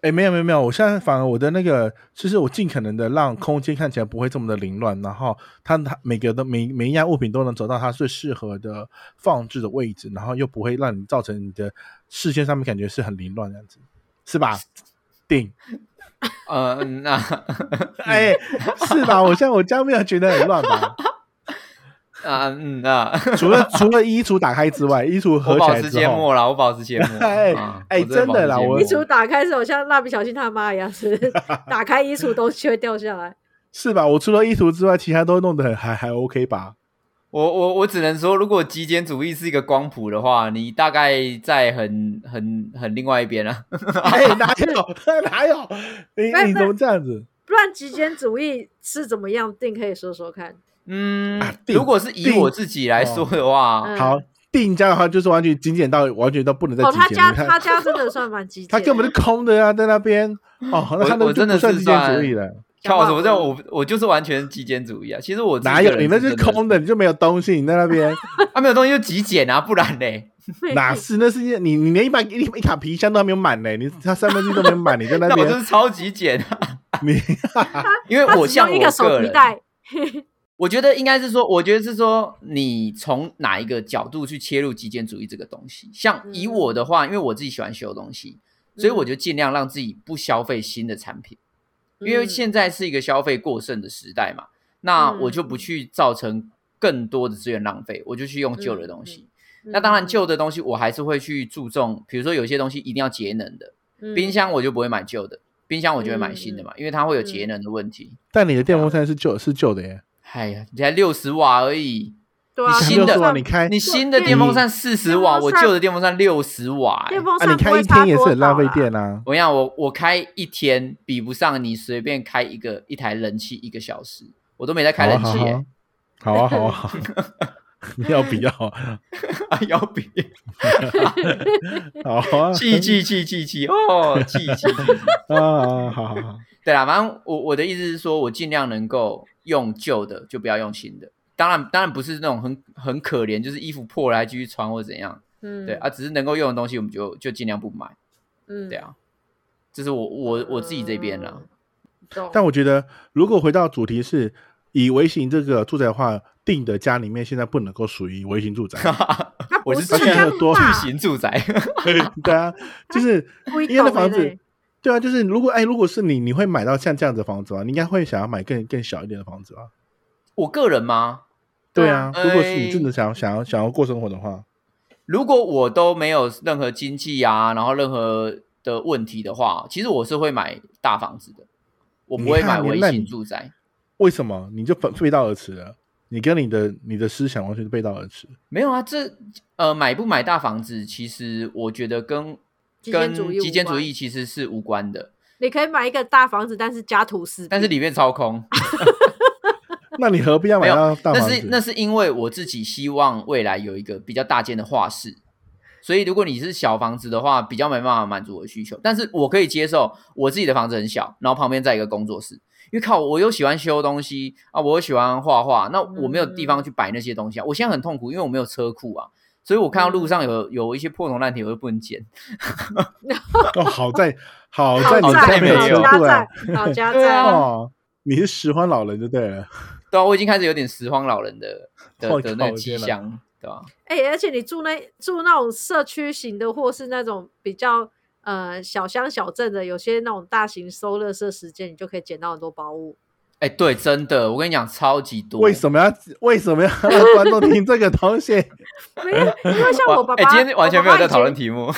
[SPEAKER 1] 哎，没有没有没有，我现在反而我的那个，就是我尽可能的让空间看起来不会这么的凌乱，然后它它每个的每每一样物品都能找到它最适合的放置的位置，然后又不会让你造成你的视线上面感觉是很凌乱这样子，是吧？定。
[SPEAKER 3] 呃，那
[SPEAKER 1] 哎，是
[SPEAKER 2] 嗯
[SPEAKER 1] 吧？我现在我家没有觉得很乱 吧？
[SPEAKER 3] 啊嗯那，
[SPEAKER 1] 除了除了衣橱打开之外，衣橱合
[SPEAKER 3] 我
[SPEAKER 1] 起
[SPEAKER 3] 保
[SPEAKER 1] 来
[SPEAKER 3] 持
[SPEAKER 1] 之
[SPEAKER 3] 缄
[SPEAKER 1] 后，
[SPEAKER 3] 默啦，我保 持缄默。
[SPEAKER 1] 哎
[SPEAKER 3] 啊
[SPEAKER 1] 哎
[SPEAKER 3] 我
[SPEAKER 1] 真的啦
[SPEAKER 3] 保
[SPEAKER 1] 我
[SPEAKER 2] 衣
[SPEAKER 3] 持
[SPEAKER 2] 橱
[SPEAKER 3] 缄默
[SPEAKER 2] 打开是我像蜡笔小新他妈一样，是打开衣橱东 西会掉下来。
[SPEAKER 1] 是吧？我除了衣橱之外，其他都弄得很还还 OK 吧？
[SPEAKER 3] 我我我只能说，如果极简主义是一个光谱的话，你大概在很很很另外一边啊。
[SPEAKER 1] 哎，哪有 哪有？
[SPEAKER 2] 没
[SPEAKER 1] 你你怎么这样子
[SPEAKER 2] 不然极简主义是怎么样定？可以说说看。
[SPEAKER 3] 嗯
[SPEAKER 1] 啊，定
[SPEAKER 3] 如果是以
[SPEAKER 1] 定哦
[SPEAKER 3] 我自己来说的话，
[SPEAKER 2] 嗯
[SPEAKER 1] 好？定家的话就是完全精简到完全都不能再
[SPEAKER 2] 哦，
[SPEAKER 1] 精
[SPEAKER 2] 他
[SPEAKER 1] 简了。
[SPEAKER 2] 家
[SPEAKER 1] 你看
[SPEAKER 2] 他家真的算蛮 极简的，
[SPEAKER 1] 他根本是空的呀，在那边哦，那他
[SPEAKER 3] 我
[SPEAKER 1] 那个就
[SPEAKER 3] 真的是
[SPEAKER 1] 不算极简主
[SPEAKER 3] 算
[SPEAKER 1] 义了。
[SPEAKER 3] 跳什么叫我我就是完全极简主义啊！其实我自己个
[SPEAKER 1] 哪有
[SPEAKER 3] 人
[SPEAKER 1] 你那就是
[SPEAKER 3] 真的
[SPEAKER 1] 空的，你就没有东西，你在那 边
[SPEAKER 3] 啊，没有东西就极简啊，不然嘞，
[SPEAKER 1] 哪是？那是你你连一把一一卡皮箱都还没有满呢，你他三分之一都没有满，你在那
[SPEAKER 3] 那我
[SPEAKER 1] 边
[SPEAKER 3] 就是超极简啊，
[SPEAKER 1] 你
[SPEAKER 3] 因为
[SPEAKER 2] 他
[SPEAKER 3] 我
[SPEAKER 2] 只用
[SPEAKER 3] 像
[SPEAKER 2] 一个
[SPEAKER 3] 我
[SPEAKER 2] 手
[SPEAKER 3] 个
[SPEAKER 2] 提
[SPEAKER 3] 人，
[SPEAKER 2] 袋，
[SPEAKER 3] 我觉得应该是说，我觉得是说，你从哪一个角度去切入极简主义这个东西？像以
[SPEAKER 2] 嗯
[SPEAKER 3] 我的话，因为我自己喜欢修东西，所以我
[SPEAKER 2] 嗯
[SPEAKER 3] 就尽量让自己不消费新的产品，因为
[SPEAKER 2] 嗯
[SPEAKER 3] 现在是一个消费过剩的时代嘛，那我
[SPEAKER 2] 嗯
[SPEAKER 3] 就不去造成更多的资源浪费，我就去用旧的东
[SPEAKER 2] 嗯
[SPEAKER 3] 西。那当然，旧的东西我还是会去注重，比如说有些东西一定要节能的，
[SPEAKER 2] 嗯
[SPEAKER 3] 冰箱我就不会买旧的，冰箱我就会买新的嘛，因为它会有
[SPEAKER 2] 嗯
[SPEAKER 3] 节能的问题。
[SPEAKER 1] 但你的电风扇是旧是旧的耶，
[SPEAKER 3] 哎呀，你才六十瓦而已，
[SPEAKER 2] 对啊
[SPEAKER 3] 你，新的
[SPEAKER 1] 六十瓦你开啊
[SPEAKER 3] 你新的电风扇四十瓦，
[SPEAKER 2] 电风
[SPEAKER 3] 我
[SPEAKER 2] 扇
[SPEAKER 3] 旧的电风扇六十瓦、欸
[SPEAKER 2] 电。风
[SPEAKER 1] 啊，
[SPEAKER 2] 扇
[SPEAKER 1] 你
[SPEAKER 2] 不
[SPEAKER 1] 开
[SPEAKER 2] 会
[SPEAKER 1] 一
[SPEAKER 2] 差
[SPEAKER 1] 天也是
[SPEAKER 2] 多
[SPEAKER 1] 很浪
[SPEAKER 2] 少
[SPEAKER 1] 费
[SPEAKER 2] 啦。
[SPEAKER 1] 电啊。
[SPEAKER 3] 我跟你讲，我我开一天比不上你随便开一个一台冷气一个小时，我都没在开冷气、欸。
[SPEAKER 1] 啊好啊，好啊， 好啊，你要不要啊？
[SPEAKER 3] 啊，要比
[SPEAKER 1] 好 啊，
[SPEAKER 3] 气气气气气哦，气气气 气。
[SPEAKER 1] 啊，好好好，
[SPEAKER 3] 对啦，反正我我的意思是说，我尽量能够用旧的，就不要用新的。当然，当然不是那种很很可怜，就是衣服破了还继续穿或怎样。
[SPEAKER 2] 嗯，
[SPEAKER 3] 对啊，只是能够用的东西，我们就就尽量不买。
[SPEAKER 2] 嗯，
[SPEAKER 3] 对啊，这是我我我自己这边啦。
[SPEAKER 2] 懂。
[SPEAKER 1] 但我觉得，如果回到主题是以微型这个住宅的话，定的家里面现在不能够属于微型 住宅，
[SPEAKER 2] 它不
[SPEAKER 3] 我
[SPEAKER 2] 是
[SPEAKER 3] 是
[SPEAKER 1] 之前
[SPEAKER 2] 这
[SPEAKER 1] 有
[SPEAKER 2] 么
[SPEAKER 1] 多
[SPEAKER 2] 大
[SPEAKER 3] 巨型住宅，
[SPEAKER 1] 对啊，就是
[SPEAKER 2] 不一
[SPEAKER 1] 因为那
[SPEAKER 2] 懂
[SPEAKER 1] 房
[SPEAKER 2] 欸
[SPEAKER 1] 子，对啊，就是如果哎，如果是你，你会买到像这样子的房子吗？你应该会想要买更更小一点的房子吧？
[SPEAKER 3] 我个人吗？
[SPEAKER 1] 对啊，
[SPEAKER 3] 对啊
[SPEAKER 1] 如果是你真的想要想要想要过生活的话，
[SPEAKER 3] 如果我都没有任何经济啊，然后任何的问题的话，其实我是会买大房子的，我不会
[SPEAKER 1] 你看
[SPEAKER 3] 买
[SPEAKER 1] 你
[SPEAKER 3] 微
[SPEAKER 1] 那
[SPEAKER 3] 型
[SPEAKER 1] 你
[SPEAKER 3] 住宅。
[SPEAKER 1] 为什么你就背背道而驰了？你跟你的你的思想完全是背道而驰。
[SPEAKER 3] 没有啊，这呃买不买大房子，其实我觉得跟
[SPEAKER 2] 极简
[SPEAKER 3] 跟
[SPEAKER 2] 主义
[SPEAKER 3] 极简
[SPEAKER 2] 无
[SPEAKER 3] 主
[SPEAKER 2] 关
[SPEAKER 3] 义其实是无关的，
[SPEAKER 2] 你可以买一个大房子，但是家徒四壁。
[SPEAKER 3] 但是里面超空，
[SPEAKER 1] 那你何必要买
[SPEAKER 3] 没有
[SPEAKER 1] 到大
[SPEAKER 3] 那
[SPEAKER 1] 房
[SPEAKER 3] 是
[SPEAKER 1] 子？
[SPEAKER 3] 那是因为我自己希望未来有一个比较大间的画室，所以如果你是小房子的话，比较没办法满足我的需求。但是我可以接受我自己的房子很小，然后旁边在一个工作室，因为靠我又喜欢修东西啊，我又喜欢画画，那我没有地
[SPEAKER 2] 嗯
[SPEAKER 3] 方去摆那些东西啊。我现在很痛苦，因为我没有车库啊，所以我看到路上有有一些破铜烂铁，我就不能捡。
[SPEAKER 1] 哦，好在好在
[SPEAKER 2] 好
[SPEAKER 1] 你
[SPEAKER 3] 好在
[SPEAKER 1] 家没有
[SPEAKER 3] 没
[SPEAKER 1] 车
[SPEAKER 3] 有
[SPEAKER 2] 加
[SPEAKER 1] 库啊
[SPEAKER 2] 在，好加
[SPEAKER 3] 对啊
[SPEAKER 2] 在，
[SPEAKER 1] 哦，你是拾荒老人就对了。
[SPEAKER 3] 对啊，我已经开始有点拾荒老人的的
[SPEAKER 1] 我
[SPEAKER 3] 的
[SPEAKER 1] 靠
[SPEAKER 3] 那个
[SPEAKER 1] 我
[SPEAKER 3] 迹
[SPEAKER 1] 天哪
[SPEAKER 3] 象，对啊吧、
[SPEAKER 2] 哎、而且你住那住那种社区型的，或是那种比较呃小乡小镇的，有些那种大型收垃圾时间，你就可以捡到很多宝物。
[SPEAKER 3] 哎，对，真的，我跟你讲，超级多。
[SPEAKER 1] 为什么要为什么要让观众听这个东西？
[SPEAKER 2] 没有，因为像
[SPEAKER 3] 哇
[SPEAKER 2] 我爸
[SPEAKER 3] 哎
[SPEAKER 2] 爸，
[SPEAKER 3] 今天完全
[SPEAKER 2] 我
[SPEAKER 3] 没有
[SPEAKER 2] 爸爸
[SPEAKER 3] 在
[SPEAKER 2] 以
[SPEAKER 3] 讨论
[SPEAKER 2] 前。
[SPEAKER 3] 题 目。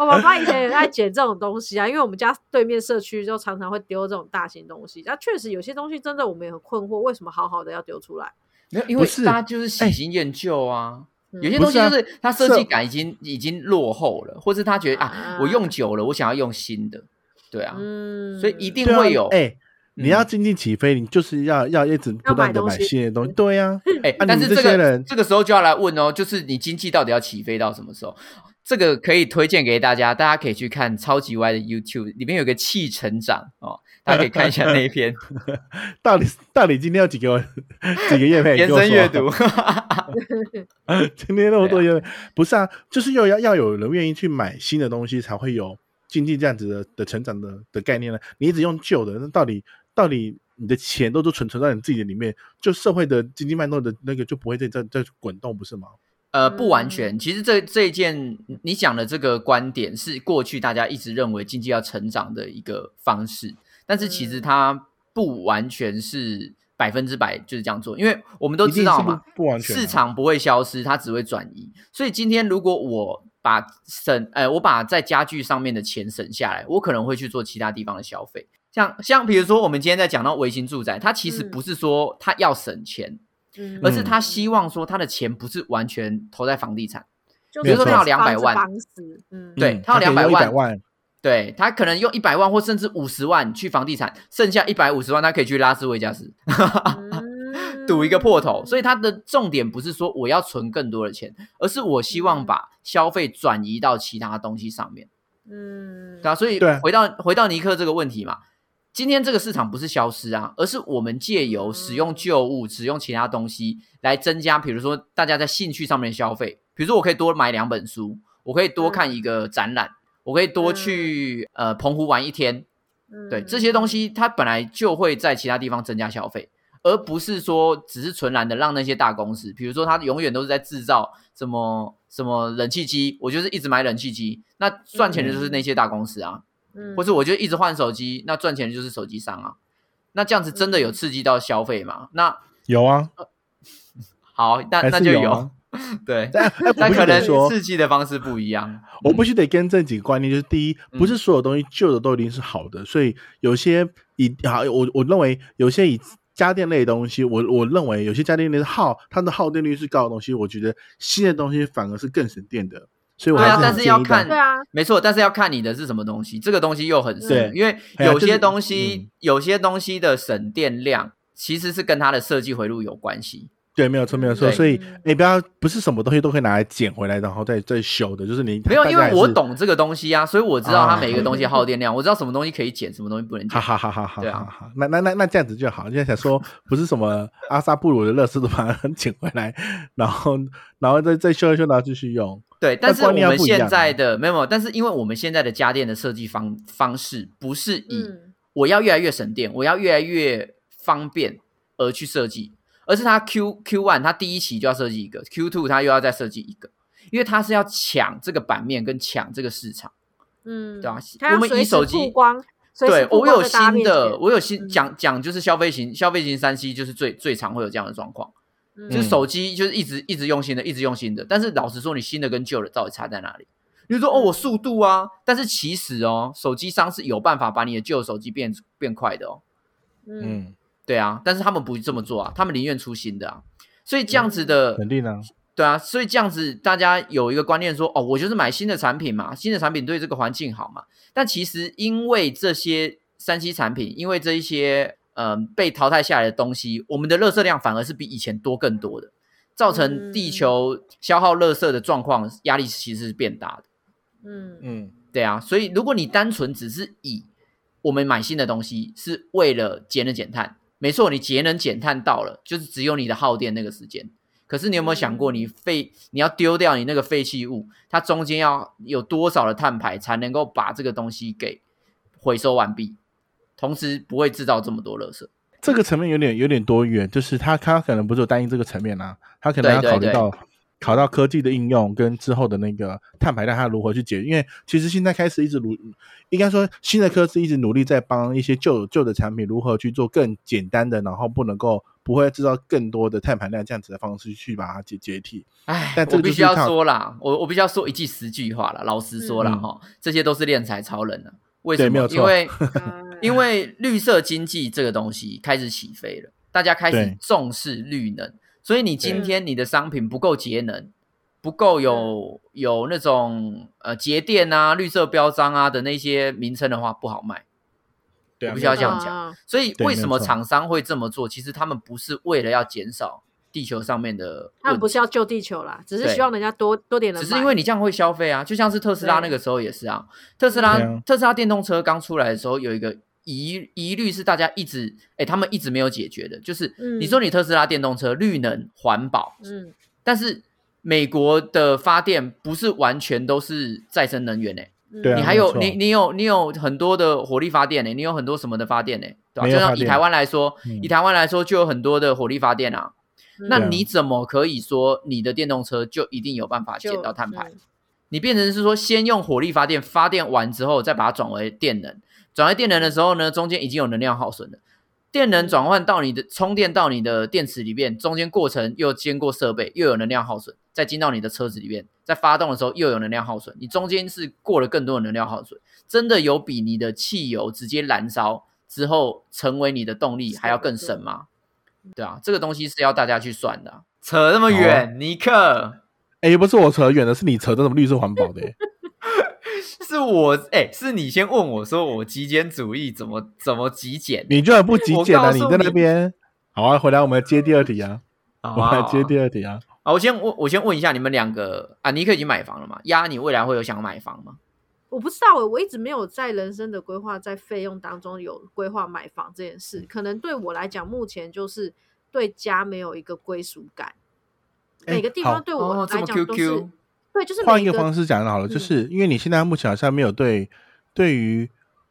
[SPEAKER 2] 我爸爸以前也在捡这种东西啊，因为我们家对面社区就常常会丢这种大型东西。那确实有些东西真的我们也很困惑，为什么好好的要丢出来？
[SPEAKER 3] 没有，因
[SPEAKER 1] 不
[SPEAKER 3] 为
[SPEAKER 1] 是哎
[SPEAKER 3] 大家就是喜新厌旧啊。
[SPEAKER 2] 嗯
[SPEAKER 3] 有些
[SPEAKER 1] 不
[SPEAKER 3] 东西就
[SPEAKER 1] 是啊
[SPEAKER 3] 是它设计
[SPEAKER 1] 是
[SPEAKER 3] 感已经已经落后了，或是他觉得啊，我用久了，我想要用新的，对啊，
[SPEAKER 2] 嗯，
[SPEAKER 3] 所以 一定
[SPEAKER 1] 对啊
[SPEAKER 3] 会有
[SPEAKER 1] 哎、你要
[SPEAKER 3] 嗯
[SPEAKER 1] 经济起飞，你就是要要一直不断的买新的东西。对呀、
[SPEAKER 3] 哎，
[SPEAKER 1] 啊
[SPEAKER 3] 但
[SPEAKER 1] 你
[SPEAKER 3] 是
[SPEAKER 1] 这
[SPEAKER 3] 这
[SPEAKER 1] 些
[SPEAKER 3] 个
[SPEAKER 1] 人
[SPEAKER 3] 这个时候就要来问哦，就是你经济到底要起飞到什么时候？这个可以推荐给大家，大家可以去看超级歪的 YouTube，里面有个气成长哦，大家可以看一下那一 篇
[SPEAKER 1] 到底到底今天要几个几个月配？
[SPEAKER 3] 延
[SPEAKER 1] 哎你跟我
[SPEAKER 3] 伸
[SPEAKER 1] 说
[SPEAKER 3] 阅读，
[SPEAKER 1] 今天那么多
[SPEAKER 3] 对
[SPEAKER 1] 月配、不是啊，就是又要要有人愿意去买新的东西，才会有经济这样子的的成长的的概念呢。你一直用旧的，那到底到底你的钱都是存存在你自己的里面，就社会的经济脉动的那个就不会再再再滚动，不是吗？
[SPEAKER 3] 呃，不完全。其实这这一件你讲的这个观点是过去大家一直认为经济要成长的一个方式，但是其实
[SPEAKER 2] 嗯
[SPEAKER 3] 它不完全是百分之百就是这样做，因为我们都
[SPEAKER 1] 一定
[SPEAKER 3] 知道
[SPEAKER 1] 是不
[SPEAKER 3] 嘛，
[SPEAKER 1] 不完全啊
[SPEAKER 3] 市场不会消失，它只会转移。所以今天如果我把省，呃，我把在家具上面的钱省下来，我可能会去做其他地方的消费。像像比如说，我们今天在讲到微型住宅，它其实
[SPEAKER 2] 嗯
[SPEAKER 3] 不是说它要省钱，
[SPEAKER 2] 嗯
[SPEAKER 3] 而是他希望说他的钱不是完全投在房地产，
[SPEAKER 2] 就
[SPEAKER 1] 比如说
[SPEAKER 2] 是
[SPEAKER 1] 他有
[SPEAKER 3] 200
[SPEAKER 2] 防止
[SPEAKER 3] 万
[SPEAKER 2] 防止嗯，
[SPEAKER 3] 对
[SPEAKER 1] 嗯
[SPEAKER 3] 他有
[SPEAKER 1] 可以
[SPEAKER 3] 200
[SPEAKER 1] 用
[SPEAKER 3] 万
[SPEAKER 1] 100万，
[SPEAKER 3] 对他可能用一百万或甚至五十万去房地产，剩下一百五十万他可以去拉斯维加斯
[SPEAKER 2] 嗯
[SPEAKER 3] 赌一个破头。所以他的重点不是说我要存更多的钱，而是我希望把消费转移到其他东西上面，
[SPEAKER 2] 嗯，
[SPEAKER 3] 对啊，所以
[SPEAKER 1] 对
[SPEAKER 3] 回到回到尼克这个问题嘛。今天这个市场不是消失啊，而是我们借由使用旧物、使用其他东西来增加，比如说大家在兴趣上面的消费。比如说，我可以多买两本书，我可以多看一个展览，我可以多去、呃澎湖玩一天。对，这些东
[SPEAKER 2] 嗯
[SPEAKER 3] 西它本来就会在其他地方增加消费，而不是说只是纯然的让那些大公司，比如说它永远都是在制造什么什么冷气机，我就是一直买冷气机，那赚钱的就是那些大公司啊。
[SPEAKER 2] 嗯
[SPEAKER 3] 或是我就一直换手机，那赚钱的就是手机商啊。那这样子真的
[SPEAKER 2] 嗯
[SPEAKER 3] 有刺激到消费吗？那
[SPEAKER 1] 有啊，
[SPEAKER 3] 好，那
[SPEAKER 1] 还
[SPEAKER 3] 那
[SPEAKER 1] 是
[SPEAKER 3] 就
[SPEAKER 1] 有
[SPEAKER 3] 有
[SPEAKER 1] 啊，
[SPEAKER 3] 对，
[SPEAKER 1] 但哎
[SPEAKER 3] 那
[SPEAKER 1] 我
[SPEAKER 3] 可能
[SPEAKER 1] 可能说，
[SPEAKER 3] 刺激的方式不一样。
[SPEAKER 1] 我必须得更正几个观念，就是第一，不
[SPEAKER 3] 嗯
[SPEAKER 1] 是所有东西旧的都一定是好的，所以有些以好，我我认为有些以家电类的东西，我我认为有些家电类的耗，它的耗电率是高的东西，我觉得新的东西反而是更省电的，所以我
[SPEAKER 3] 对
[SPEAKER 1] 还
[SPEAKER 3] 啊
[SPEAKER 1] 是很
[SPEAKER 3] 但是
[SPEAKER 1] 建
[SPEAKER 3] 要
[SPEAKER 1] 议
[SPEAKER 3] 看
[SPEAKER 1] 大
[SPEAKER 2] 对啊，
[SPEAKER 3] 没错，但是要看你的是什么东西，这个东西又很深
[SPEAKER 1] 对，
[SPEAKER 3] 因为
[SPEAKER 1] 哎
[SPEAKER 3] 有
[SPEAKER 1] 呀就是
[SPEAKER 3] 些东西、
[SPEAKER 1] 嗯
[SPEAKER 3] 有些东西的省电量其实是跟它的设计回路有关系。
[SPEAKER 1] 对，没有错，没有错，
[SPEAKER 3] 对嗯
[SPEAKER 1] 所以哎，不要不是什么东西都可以拿来捡回来，然后再再修的，就是你
[SPEAKER 3] 没有，因为我，
[SPEAKER 1] 大家还是
[SPEAKER 3] 懂这个东西啊，所以我知道它
[SPEAKER 1] 啊
[SPEAKER 3] 每个东西耗电量，我知道什么东西可以减，什么东西不能
[SPEAKER 1] 哈
[SPEAKER 3] 减。
[SPEAKER 1] 哈哈哈哈
[SPEAKER 3] 对
[SPEAKER 1] 哈
[SPEAKER 3] 啊
[SPEAKER 1] 哈哈，那那那那这样子就好，就想说不是什么阿萨布鲁的乐事都把它 捡回来，然后然后再再修一修，然后继续用。
[SPEAKER 3] 对，但是我
[SPEAKER 1] 观念要
[SPEAKER 3] 们
[SPEAKER 1] 不一样
[SPEAKER 3] 现
[SPEAKER 1] 啊
[SPEAKER 3] 在的没有，没有但是因为我们现在的家电的设计方方式不是以
[SPEAKER 2] 嗯
[SPEAKER 3] 我要越来越省电，我要越来越方便而去设计，而是它 Q Q one 它第一期就要设计一个，Q two 它又要再设计一个，因为它是要抢这个版面跟抢这个市场。
[SPEAKER 2] 嗯，
[SPEAKER 3] 对啊
[SPEAKER 2] 它要
[SPEAKER 3] 我们以
[SPEAKER 2] 随时
[SPEAKER 3] 手机
[SPEAKER 2] 曝光，随时
[SPEAKER 3] 对
[SPEAKER 2] 曝
[SPEAKER 3] 我
[SPEAKER 2] 光
[SPEAKER 3] 有
[SPEAKER 2] 在大家
[SPEAKER 3] 新
[SPEAKER 2] 面
[SPEAKER 3] 的，
[SPEAKER 2] 前
[SPEAKER 3] 我有新
[SPEAKER 2] 嗯
[SPEAKER 3] 讲讲就是消费型消费型三 C 就是最最常会有这样的状况，
[SPEAKER 2] 嗯
[SPEAKER 3] 就是手机就是一直一直用新的，一直用新的，但是老实说，你新的跟旧的到底差在哪里？比如说
[SPEAKER 2] 嗯
[SPEAKER 3] 哦，我速度啊，但是其实哦，手机商是有办法把你的旧手机变变快的哦。
[SPEAKER 2] 嗯
[SPEAKER 1] 嗯，
[SPEAKER 3] 对啊，但是他们不这么做啊，他们宁愿出新的啊。所以这样子的，
[SPEAKER 1] 肯定啊，
[SPEAKER 3] 对啊，所以这样子大家有一个观念说，哦，我就是买新的产品嘛，新的产品对这个环境好嘛。但其实因为这些三 C 产品，因为这一些嗯、呃被淘汰下来的东西，我们的垃圾量反而是比以前多更多的。造成地球消耗垃圾的状况压力其实是变大的。
[SPEAKER 2] 嗯
[SPEAKER 1] 嗯，
[SPEAKER 3] 对啊，所以如果你单纯只是以我们买新的东西是为了节能减碳，没错，你节能减碳到了，就是只有你的耗电那个时间。可是你有没有想
[SPEAKER 1] 嗯
[SPEAKER 3] 过，你废你要丢掉你那个废弃物，它中间要有多少的碳排才能够把这个东西给回收完毕，同时不会制造这么多垃圾？
[SPEAKER 1] 这个层面有点有点多元，就是它它可能不是有单一这个层面啊，它可能
[SPEAKER 3] 对
[SPEAKER 1] 要
[SPEAKER 3] 对
[SPEAKER 1] 考虑
[SPEAKER 3] 对
[SPEAKER 1] 到考到科技的应用跟之后的那个碳排量它如何去解决。因为其实现在开始一直努，应该说新的科技一直努力在帮一些旧旧的产品如何去做更简单的，然后不能够不会制造更多的碳排量这样子的方式去把它解解体。
[SPEAKER 3] 唉，
[SPEAKER 1] 但这
[SPEAKER 3] 我
[SPEAKER 1] 个
[SPEAKER 3] 必
[SPEAKER 1] 就是
[SPEAKER 3] 须要
[SPEAKER 1] 靠
[SPEAKER 3] 说啦，我我必须要说一句十句话啦，老实说啦，
[SPEAKER 1] 嗯
[SPEAKER 3] 哈、这些都是练财超人啊。为
[SPEAKER 1] 对
[SPEAKER 3] 什么？
[SPEAKER 1] 没有
[SPEAKER 3] 因
[SPEAKER 1] 错
[SPEAKER 3] 为
[SPEAKER 2] 为
[SPEAKER 3] 因为绿色经济这个东西开始起飞了，大家开始
[SPEAKER 1] 对
[SPEAKER 3] 重视绿能，所以你今
[SPEAKER 2] 对
[SPEAKER 3] 天你的商品不够节能，不够有
[SPEAKER 2] 嗯
[SPEAKER 3] 有那种呃节电啊、绿色标章啊的那些名称的话，不好卖。我
[SPEAKER 1] 对啊，
[SPEAKER 3] 必须要
[SPEAKER 1] 没有
[SPEAKER 3] 这
[SPEAKER 1] 错
[SPEAKER 3] 样讲所以
[SPEAKER 1] 对
[SPEAKER 3] 为什
[SPEAKER 1] 没有
[SPEAKER 3] 么
[SPEAKER 1] 错
[SPEAKER 3] 厂商会这么做？其实他们不是为了要减少地球上面的
[SPEAKER 2] 他们
[SPEAKER 3] 问
[SPEAKER 2] 不是要救地球啦，只是
[SPEAKER 3] 对
[SPEAKER 2] 希望人家多多点人
[SPEAKER 3] 只
[SPEAKER 2] 买。
[SPEAKER 3] 是因为你这样会消费啊，就像是特斯拉那
[SPEAKER 2] 对
[SPEAKER 3] 个时候也是啊。特斯拉、
[SPEAKER 1] 对啊
[SPEAKER 3] 特斯拉电动车刚出来的时候，有一个疑疑虑是大家一直哎、他们一直没有解决的，就是、
[SPEAKER 2] 嗯
[SPEAKER 3] 你说你特斯拉电动车绿能环保，
[SPEAKER 2] 嗯
[SPEAKER 3] 但是美国的发电不是完全都是再生能源呢、
[SPEAKER 2] 嗯
[SPEAKER 1] 对啊
[SPEAKER 3] 你还
[SPEAKER 1] 没有
[SPEAKER 3] 有
[SPEAKER 1] 错
[SPEAKER 3] 你你有你有很多的火力发电呢、你有很多什么的发电呢、对吧、
[SPEAKER 1] 没有
[SPEAKER 3] 就像
[SPEAKER 1] 发
[SPEAKER 3] 以
[SPEAKER 1] 电
[SPEAKER 3] 台湾来说，
[SPEAKER 1] 嗯
[SPEAKER 3] 以台湾来说就有很多的火力发电啊。
[SPEAKER 2] 嗯
[SPEAKER 3] 那
[SPEAKER 1] 对啊
[SPEAKER 3] 你怎么可以说你的电动车就一定有办法
[SPEAKER 2] 就
[SPEAKER 3] 减到碳排？
[SPEAKER 2] 嗯
[SPEAKER 3] 你变成是说先用火力发电，发电完之后再把它转为电能，转为电能的时候呢，中间已经有能量耗损了。电能转换到你的充电到你的电池里面，中间过程又经过设备，又有能量耗损，再进到你的车子里面，在发动的时候又有能量耗损，你中间是过了更多的能量耗损，真的有比你的汽油直接燃烧之后成为你的动力还要更省吗？对啊，这个东西是要大家去算的啊、哦扯那么远，尼克。
[SPEAKER 1] 哎，不是我扯远了，是你扯的什么绿色环保的、欸？
[SPEAKER 3] 是我哎、是你先问我说我极简主义怎么怎么极简？
[SPEAKER 1] 你居然不极
[SPEAKER 3] 我
[SPEAKER 1] 简
[SPEAKER 3] 告
[SPEAKER 1] 啊！
[SPEAKER 3] 诉
[SPEAKER 1] 你在那
[SPEAKER 3] 你
[SPEAKER 1] 边，好啊，回来我们接第二题啊，
[SPEAKER 3] 好
[SPEAKER 1] 我
[SPEAKER 3] 啊
[SPEAKER 1] 们来接第二题啊。
[SPEAKER 3] 好我先问我先问一下你们两个啊，尼克已经买房了嘛？丫，你未来会有想买房吗？
[SPEAKER 2] 我不知道欸，我一直没有在人生的规划在费用当中有规划买房这件
[SPEAKER 3] 嗯
[SPEAKER 2] 事，可能对我来讲，目前就是对家没有一个归属感。
[SPEAKER 1] 哎
[SPEAKER 2] 每个地
[SPEAKER 1] 好
[SPEAKER 2] 方对我
[SPEAKER 3] 哦这
[SPEAKER 2] 来
[SPEAKER 3] 么
[SPEAKER 2] 讲都是、
[SPEAKER 3] QQ，
[SPEAKER 2] 对，就是
[SPEAKER 1] 换
[SPEAKER 2] 每嗯
[SPEAKER 1] 一个方式讲好了，就是因为你现在目前好像没有对对于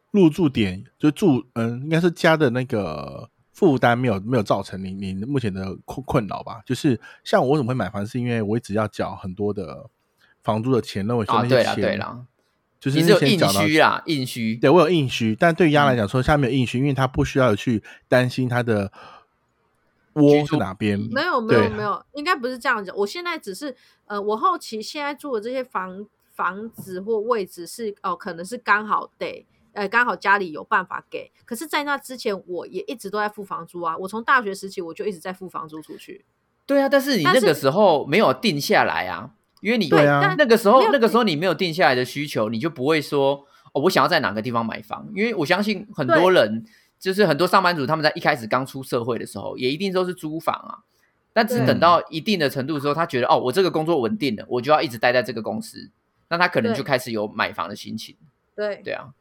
[SPEAKER 1] 入住点就住嗯，应该是家的那个负担没有没有造成你你目前的困困扰吧？就是像我为什么会买房，是因为我一直要缴很多的房租的钱，那我说
[SPEAKER 3] 啊，
[SPEAKER 1] 那
[SPEAKER 3] 对
[SPEAKER 1] 些
[SPEAKER 3] 啦
[SPEAKER 1] 钱，
[SPEAKER 3] 对啦，
[SPEAKER 1] 就是
[SPEAKER 3] 你
[SPEAKER 1] 那
[SPEAKER 3] 是有
[SPEAKER 1] 些钱
[SPEAKER 3] 硬
[SPEAKER 1] 缴到
[SPEAKER 3] 需啦，嗯硬需。
[SPEAKER 1] 对我有硬需，但对鸭来讲说，下面有硬需，因为它不需要去担心它的窝是哪边。
[SPEAKER 2] 没有没有
[SPEAKER 1] 对啊
[SPEAKER 2] 没有，应该不是这样子。我现在只是呃，我后期现在住的这些房房子或位置是哦、可能是刚好得呃刚好家里有办法给，可是，在那之前我也一直都在付房租啊。我从大学时期我就一直在付房租出去。
[SPEAKER 3] 对啊，但是你
[SPEAKER 2] 但
[SPEAKER 3] 那
[SPEAKER 2] 是
[SPEAKER 3] 个时候没有定下来啊，因为你
[SPEAKER 1] 对啊
[SPEAKER 2] 但
[SPEAKER 3] 那个时候
[SPEAKER 2] 没有
[SPEAKER 3] 那个时候你没有定下来的需求，你就不会说哦，我想要在哪个地方买房，因为我相信很多
[SPEAKER 2] 对
[SPEAKER 3] 人，就是很多上班族，他们在一开始刚出社会的时候，也一定都是租房啊。但只
[SPEAKER 2] 对
[SPEAKER 3] 等到一定的程度之后，他觉得哦，我这个工作稳定了，我就要一直待在这个公司，那他可能
[SPEAKER 2] 对
[SPEAKER 3] 就开始有买房的心情。
[SPEAKER 2] 对
[SPEAKER 3] 对啊，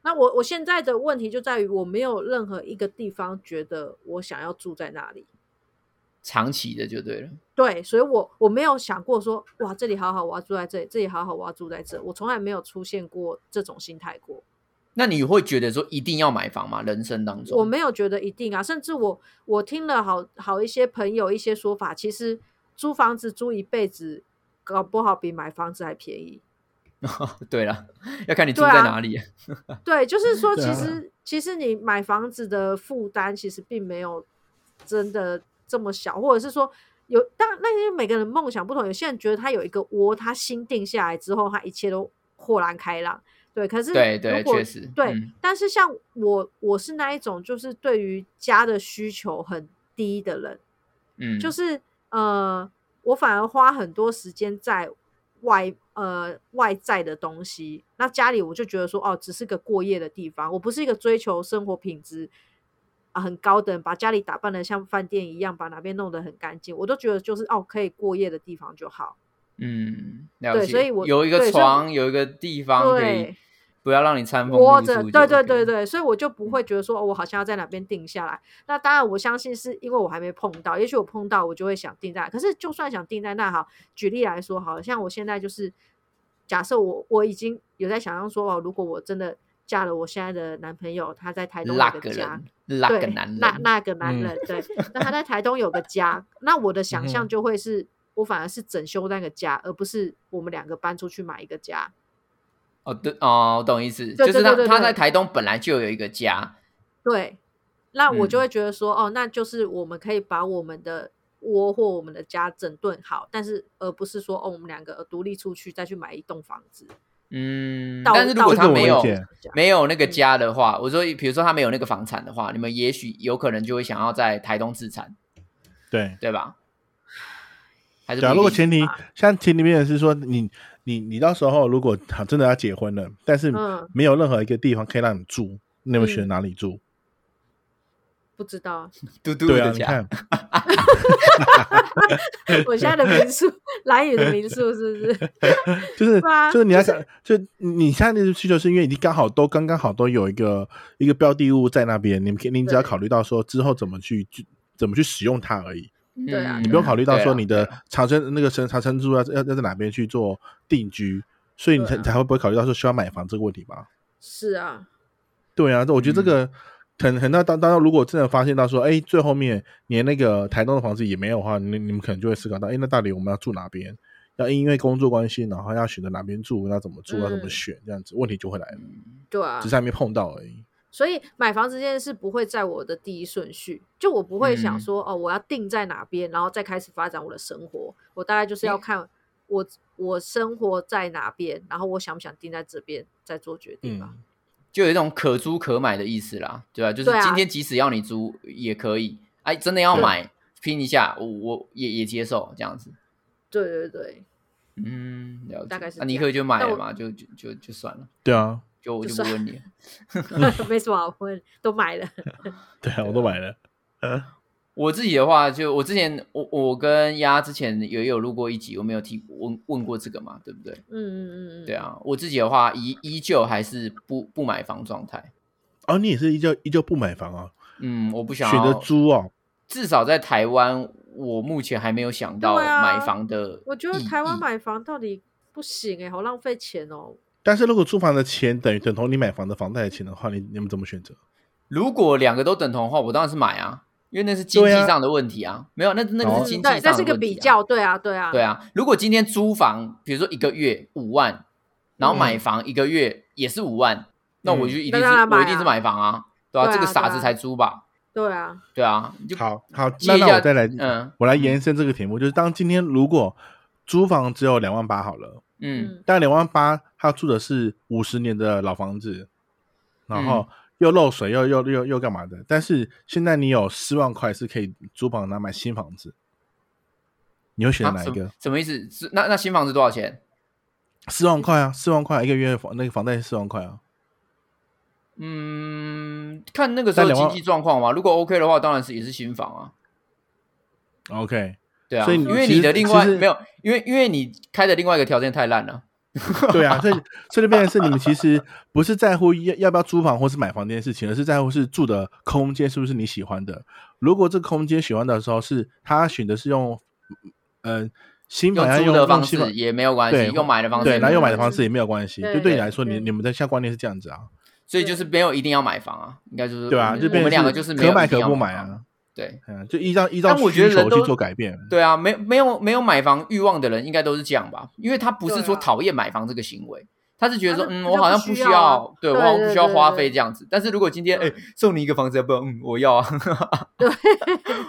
[SPEAKER 2] 那我我现在的问题就在于我没有任何一个地方觉得我想要住在那里。
[SPEAKER 3] 长期的就对了。
[SPEAKER 2] 对，所以我我没有想过说，哇，这里好好，我要住在这里；这里好好，我要住在这。我从来没有出现过这种心态过。
[SPEAKER 3] 那你会觉得说一定要买房吗？人生当中，
[SPEAKER 2] 我没有觉得一定啊，甚至我我听了好好一些朋友一些说法，其实租房子租一辈子，搞不好比买房子还 便宜。
[SPEAKER 3] 对了，要看你住
[SPEAKER 2] 对啊
[SPEAKER 3] 在哪里。
[SPEAKER 2] 对，就是说，
[SPEAKER 1] 对
[SPEAKER 2] 其
[SPEAKER 1] 啊
[SPEAKER 2] 实、其实你买房子的负担其实并没有真的这么小，或者是说有，但那些每个人梦想不同，有些人觉得他有一个窝，他心定下来之后，他一切都豁然开朗。对，可是
[SPEAKER 3] 对
[SPEAKER 2] 如
[SPEAKER 3] 对，
[SPEAKER 2] 果
[SPEAKER 3] 确实，
[SPEAKER 2] 对，
[SPEAKER 3] 嗯
[SPEAKER 2] 但是像我，我是那一种就是对于家的需求很低的人，
[SPEAKER 3] 嗯，
[SPEAKER 2] 就是呃，我反而花很多时间在外呃外在的东西，那家里我就觉得说哦，只是个过夜的地方，我不是一个追求生活品质。啊很高等，把家里打扮的像饭店一样，把哪边弄得很干净，我都觉得就是哦可以过夜的地方就好。
[SPEAKER 3] 嗯，了解。
[SPEAKER 2] 对所以我
[SPEAKER 3] 有一个
[SPEAKER 2] 对所以我
[SPEAKER 3] 床，有一个地方可以
[SPEAKER 2] 对，
[SPEAKER 3] 不要让你餐风
[SPEAKER 2] 窝
[SPEAKER 3] 露
[SPEAKER 2] 着，
[SPEAKER 3] 宿
[SPEAKER 2] 对
[SPEAKER 3] 就
[SPEAKER 2] 对
[SPEAKER 3] OK 嗯
[SPEAKER 2] 对对，所以我就不会觉得说、哦、我好像要在哪边定下来。那当然，我相信是因为我还没碰到，也许我碰到我就会想定在。可是就算想定在那好，举例来说好，了，像我现在就是假设我我已经有在想象说哦，如果我真的嫁了我现在的男朋友，他在台东
[SPEAKER 3] 拉
[SPEAKER 2] 有
[SPEAKER 3] 个
[SPEAKER 2] 个家，
[SPEAKER 3] 人，拉
[SPEAKER 2] 对，
[SPEAKER 3] 个男人，
[SPEAKER 2] 那那个男
[SPEAKER 4] 嗯
[SPEAKER 2] 人，对，那他在台东有个家，那我的想
[SPEAKER 4] 嗯哼
[SPEAKER 2] 象就会是。我反而是整修那个家，而不是我们两个搬出去买一个家。
[SPEAKER 3] 哦对哦，我懂意思，
[SPEAKER 2] 对
[SPEAKER 3] 就是
[SPEAKER 2] 对
[SPEAKER 3] 他
[SPEAKER 2] 对对
[SPEAKER 3] 他
[SPEAKER 2] 对
[SPEAKER 3] 在台东本来就有一个家，
[SPEAKER 2] 对，那我
[SPEAKER 3] 嗯
[SPEAKER 2] 就会觉得说，哦，那就是我们可以把我们的窝或我们的家整顿好，但是而不是说，哦，我们两个独立出去再去买一栋房子。
[SPEAKER 3] 嗯，
[SPEAKER 2] 到
[SPEAKER 3] 但是如
[SPEAKER 2] 到
[SPEAKER 3] 果
[SPEAKER 1] 这
[SPEAKER 3] 他
[SPEAKER 1] 个我
[SPEAKER 3] 没
[SPEAKER 1] 理
[SPEAKER 3] 有
[SPEAKER 1] 解
[SPEAKER 2] 这样
[SPEAKER 3] 没有那
[SPEAKER 2] 嗯
[SPEAKER 3] 个家的话，我说比如说他没有那个房产的话，你们也许有可能就会想要在台东自产，
[SPEAKER 1] 对。
[SPEAKER 3] 对吧？还是
[SPEAKER 1] 假
[SPEAKER 3] 不
[SPEAKER 1] 啊如果
[SPEAKER 3] 一定
[SPEAKER 1] 前提，像前提面是说你你你到时候如果好真的要结婚了，但是
[SPEAKER 2] 嗯
[SPEAKER 1] 没有任何一个地方可以让你住，你有没有选
[SPEAKER 2] 嗯
[SPEAKER 1] 哪里住？
[SPEAKER 2] 不知道，
[SPEAKER 3] 嘟嘟
[SPEAKER 1] 对
[SPEAKER 3] 的
[SPEAKER 1] 啊，你
[SPEAKER 3] 家，
[SPEAKER 1] 看，
[SPEAKER 2] 我现在的民宿，蓝宇的民宿是不是？
[SPEAKER 1] 就是
[SPEAKER 2] 对啊
[SPEAKER 1] 就是你要想，就你现在的需求是因为你刚好都刚刚好都有一个一个标的物在那边，你们可以你只要
[SPEAKER 2] 对
[SPEAKER 1] 考虑到说之后怎么去去怎么去使用它而已，
[SPEAKER 2] 对啊
[SPEAKER 3] 嗯
[SPEAKER 1] 你不用考虑到
[SPEAKER 3] 对啊
[SPEAKER 1] 说你
[SPEAKER 3] 对
[SPEAKER 1] 的
[SPEAKER 3] 啊
[SPEAKER 1] 长生那个生长生住要要要在哪边去做定居，所以你才
[SPEAKER 2] 对啊
[SPEAKER 1] 才会不会考虑到说需要买房这个问题吧？
[SPEAKER 2] 是啊，
[SPEAKER 1] 对啊，这我觉得这个很很大当当，如果真的发现到说，哎，最后面连那个台东的房子也没有的话，你你们可能就会思考到，哎，那到底我们要住哪边？要因为工作关系，然后要选择哪边住，要怎么住，要怎么
[SPEAKER 2] 嗯
[SPEAKER 1] 选，这样子问题就会来了，
[SPEAKER 2] 对啊
[SPEAKER 1] 只。是还没碰到而已。
[SPEAKER 2] 所以买房这件事不会在我的第一顺序，就我不会想
[SPEAKER 3] 嗯
[SPEAKER 2] 说、哦，我要定在哪边，然后再开始发展我的生活。我大概就是要
[SPEAKER 3] 嗯
[SPEAKER 2] 看我我生活在哪边，然后我想不想定在这边再做决
[SPEAKER 1] 嗯
[SPEAKER 2] 定
[SPEAKER 3] 嗯
[SPEAKER 2] 吧。
[SPEAKER 3] 就有一种可租可买的意思啦，对吧、就是
[SPEAKER 2] 对啊
[SPEAKER 3] 今天即使要你租也可以，哎，真的要买拼一下，我我也也接受这样子。
[SPEAKER 2] 对对对，
[SPEAKER 3] 嗯，了解。
[SPEAKER 2] 大概是
[SPEAKER 3] 啊、
[SPEAKER 2] 这
[SPEAKER 3] 尼
[SPEAKER 2] 样
[SPEAKER 3] 克就买
[SPEAKER 2] 那
[SPEAKER 3] 了
[SPEAKER 2] 我
[SPEAKER 3] 嘛，就就就就算了，
[SPEAKER 1] 对啊，
[SPEAKER 3] 就我
[SPEAKER 2] 就
[SPEAKER 3] 就不
[SPEAKER 2] 算
[SPEAKER 3] 问你了。嗯
[SPEAKER 2] 没什么好问，都买了。
[SPEAKER 1] 对啊，我都买了。
[SPEAKER 3] 我自己的话，就我之前我我跟丫之前也有录过一集，我没有提问问过这个嘛，对不对？
[SPEAKER 2] 嗯嗯嗯嗯，
[SPEAKER 3] 对，啊，我自己的话依依旧还是不不买房状态。
[SPEAKER 1] 哦，你也是依旧依旧不买房啊，
[SPEAKER 3] 嗯，我不想
[SPEAKER 1] 选择
[SPEAKER 3] 要，
[SPEAKER 1] 租哦。
[SPEAKER 3] 至少在台湾，我目前还没有想到
[SPEAKER 2] 对啊
[SPEAKER 3] 买房的、
[SPEAKER 2] 我觉得台
[SPEAKER 3] 嗯
[SPEAKER 2] 湾，买房到底不行哎、好浪费钱哦。
[SPEAKER 1] 但是如果租房的钱等于等同你买房的房贷的钱的话，你你们怎么选择？
[SPEAKER 3] 如果两个都等同的话，我当然是买啊，因为那是经济
[SPEAKER 1] 对啊
[SPEAKER 3] 上的问题啊，没有那那
[SPEAKER 1] 哦
[SPEAKER 3] 个
[SPEAKER 2] 嗯
[SPEAKER 3] 是经济上的问
[SPEAKER 2] 对，
[SPEAKER 3] 题、啊
[SPEAKER 2] 那是个比。较，对啊，对啊，
[SPEAKER 3] 对，啊，如果今天租房，比如说一个月五万，然后买
[SPEAKER 1] 嗯
[SPEAKER 3] 房一个月也是五万，那我就一定
[SPEAKER 2] 那
[SPEAKER 3] 是、
[SPEAKER 2] 当然买
[SPEAKER 3] 我一定是
[SPEAKER 2] 啊
[SPEAKER 3] 买房啊，对啊，
[SPEAKER 2] 对啊
[SPEAKER 3] 这个傻子
[SPEAKER 2] 对啊
[SPEAKER 3] 才租吧，
[SPEAKER 2] 对啊，
[SPEAKER 3] 对啊，你就
[SPEAKER 1] 好好，
[SPEAKER 3] 接
[SPEAKER 1] 那
[SPEAKER 3] 一
[SPEAKER 1] 那
[SPEAKER 3] 下
[SPEAKER 1] 我再来，
[SPEAKER 3] 嗯
[SPEAKER 1] 我来延伸这个题目，就是当今天如果租房只有两万八好了，
[SPEAKER 3] 嗯
[SPEAKER 2] 嗯，
[SPEAKER 1] 但两万八他住的是五十年的老房子，然后
[SPEAKER 3] 嗯
[SPEAKER 1] 又漏水又又又又干嘛的，但是现在你有四万块是可以租房拿买新房子，你会选
[SPEAKER 2] 嗯
[SPEAKER 3] 啊
[SPEAKER 1] 哪一
[SPEAKER 3] 什
[SPEAKER 1] 个
[SPEAKER 3] 么？什么意思？是那那新房子多少钱？
[SPEAKER 1] 四、万块啊，四万块一个月房那个房贷是四万块啊，
[SPEAKER 3] 嗯，看那个时候
[SPEAKER 1] 但两
[SPEAKER 3] 经
[SPEAKER 1] 万
[SPEAKER 3] 济状况嘛。如果 OK 的话，当然是也是新房啊。
[SPEAKER 1] OK，
[SPEAKER 3] 对啊，
[SPEAKER 1] 所以你
[SPEAKER 3] 因为
[SPEAKER 1] 其
[SPEAKER 3] 你
[SPEAKER 1] 实
[SPEAKER 3] 的另外
[SPEAKER 1] 其实
[SPEAKER 3] 没有，因为因为你开的另外一个条件太烂了。
[SPEAKER 1] 对啊，所以所以就变成是你们其实不是在乎要要不要租房或是买房这件事情，而是在乎是住的空间是不是你喜欢的。如果这空间喜欢的时候是他选的是用，嗯、呃，新
[SPEAKER 3] 用
[SPEAKER 1] 房要
[SPEAKER 3] 租
[SPEAKER 1] 用
[SPEAKER 3] 的
[SPEAKER 1] 用
[SPEAKER 3] 方
[SPEAKER 1] 新
[SPEAKER 3] 式也没有关系，
[SPEAKER 1] 对
[SPEAKER 3] 用买的方式
[SPEAKER 1] 对，
[SPEAKER 3] 也
[SPEAKER 1] 然后
[SPEAKER 3] 没有
[SPEAKER 1] 用
[SPEAKER 3] 嗯
[SPEAKER 1] 买的
[SPEAKER 3] 关
[SPEAKER 1] 方式也没有关系，
[SPEAKER 2] 对
[SPEAKER 1] 就对你
[SPEAKER 3] 对
[SPEAKER 1] 来说，你
[SPEAKER 2] 对
[SPEAKER 1] 你们的像观念是这样子啊，
[SPEAKER 3] 系，所以就是没有一定要买房啊，应该就是
[SPEAKER 1] 对啊，
[SPEAKER 3] 我
[SPEAKER 1] 就变
[SPEAKER 3] 们
[SPEAKER 1] 成
[SPEAKER 3] 两个就是没有
[SPEAKER 1] 可买
[SPEAKER 3] 一定
[SPEAKER 1] 可
[SPEAKER 3] 要
[SPEAKER 1] 不买
[SPEAKER 3] 房
[SPEAKER 1] 啊，，
[SPEAKER 3] 对。
[SPEAKER 1] 嗯，就依照依照
[SPEAKER 3] 但我
[SPEAKER 1] 需
[SPEAKER 3] 觉得人
[SPEAKER 1] 求去
[SPEAKER 3] 都
[SPEAKER 1] 做改变，
[SPEAKER 3] 对啊，没没有没有买房欲望的人，应该都是这样吧？因为他不是
[SPEAKER 2] 对啊
[SPEAKER 3] 说讨厌买房这个行为，他是觉得说，
[SPEAKER 2] 他是
[SPEAKER 3] 嗯，
[SPEAKER 2] 比较
[SPEAKER 3] 我好像
[SPEAKER 2] 不需
[SPEAKER 3] 需
[SPEAKER 2] 要啊
[SPEAKER 3] 要，对
[SPEAKER 2] 对
[SPEAKER 3] 我好像
[SPEAKER 2] 对
[SPEAKER 3] 不需要
[SPEAKER 2] 对
[SPEAKER 3] 花
[SPEAKER 2] 对
[SPEAKER 3] 费这样子。但是如果今天哎
[SPEAKER 2] 对
[SPEAKER 3] 送你一个房子，要不要？嗯，我要啊。
[SPEAKER 2] 对，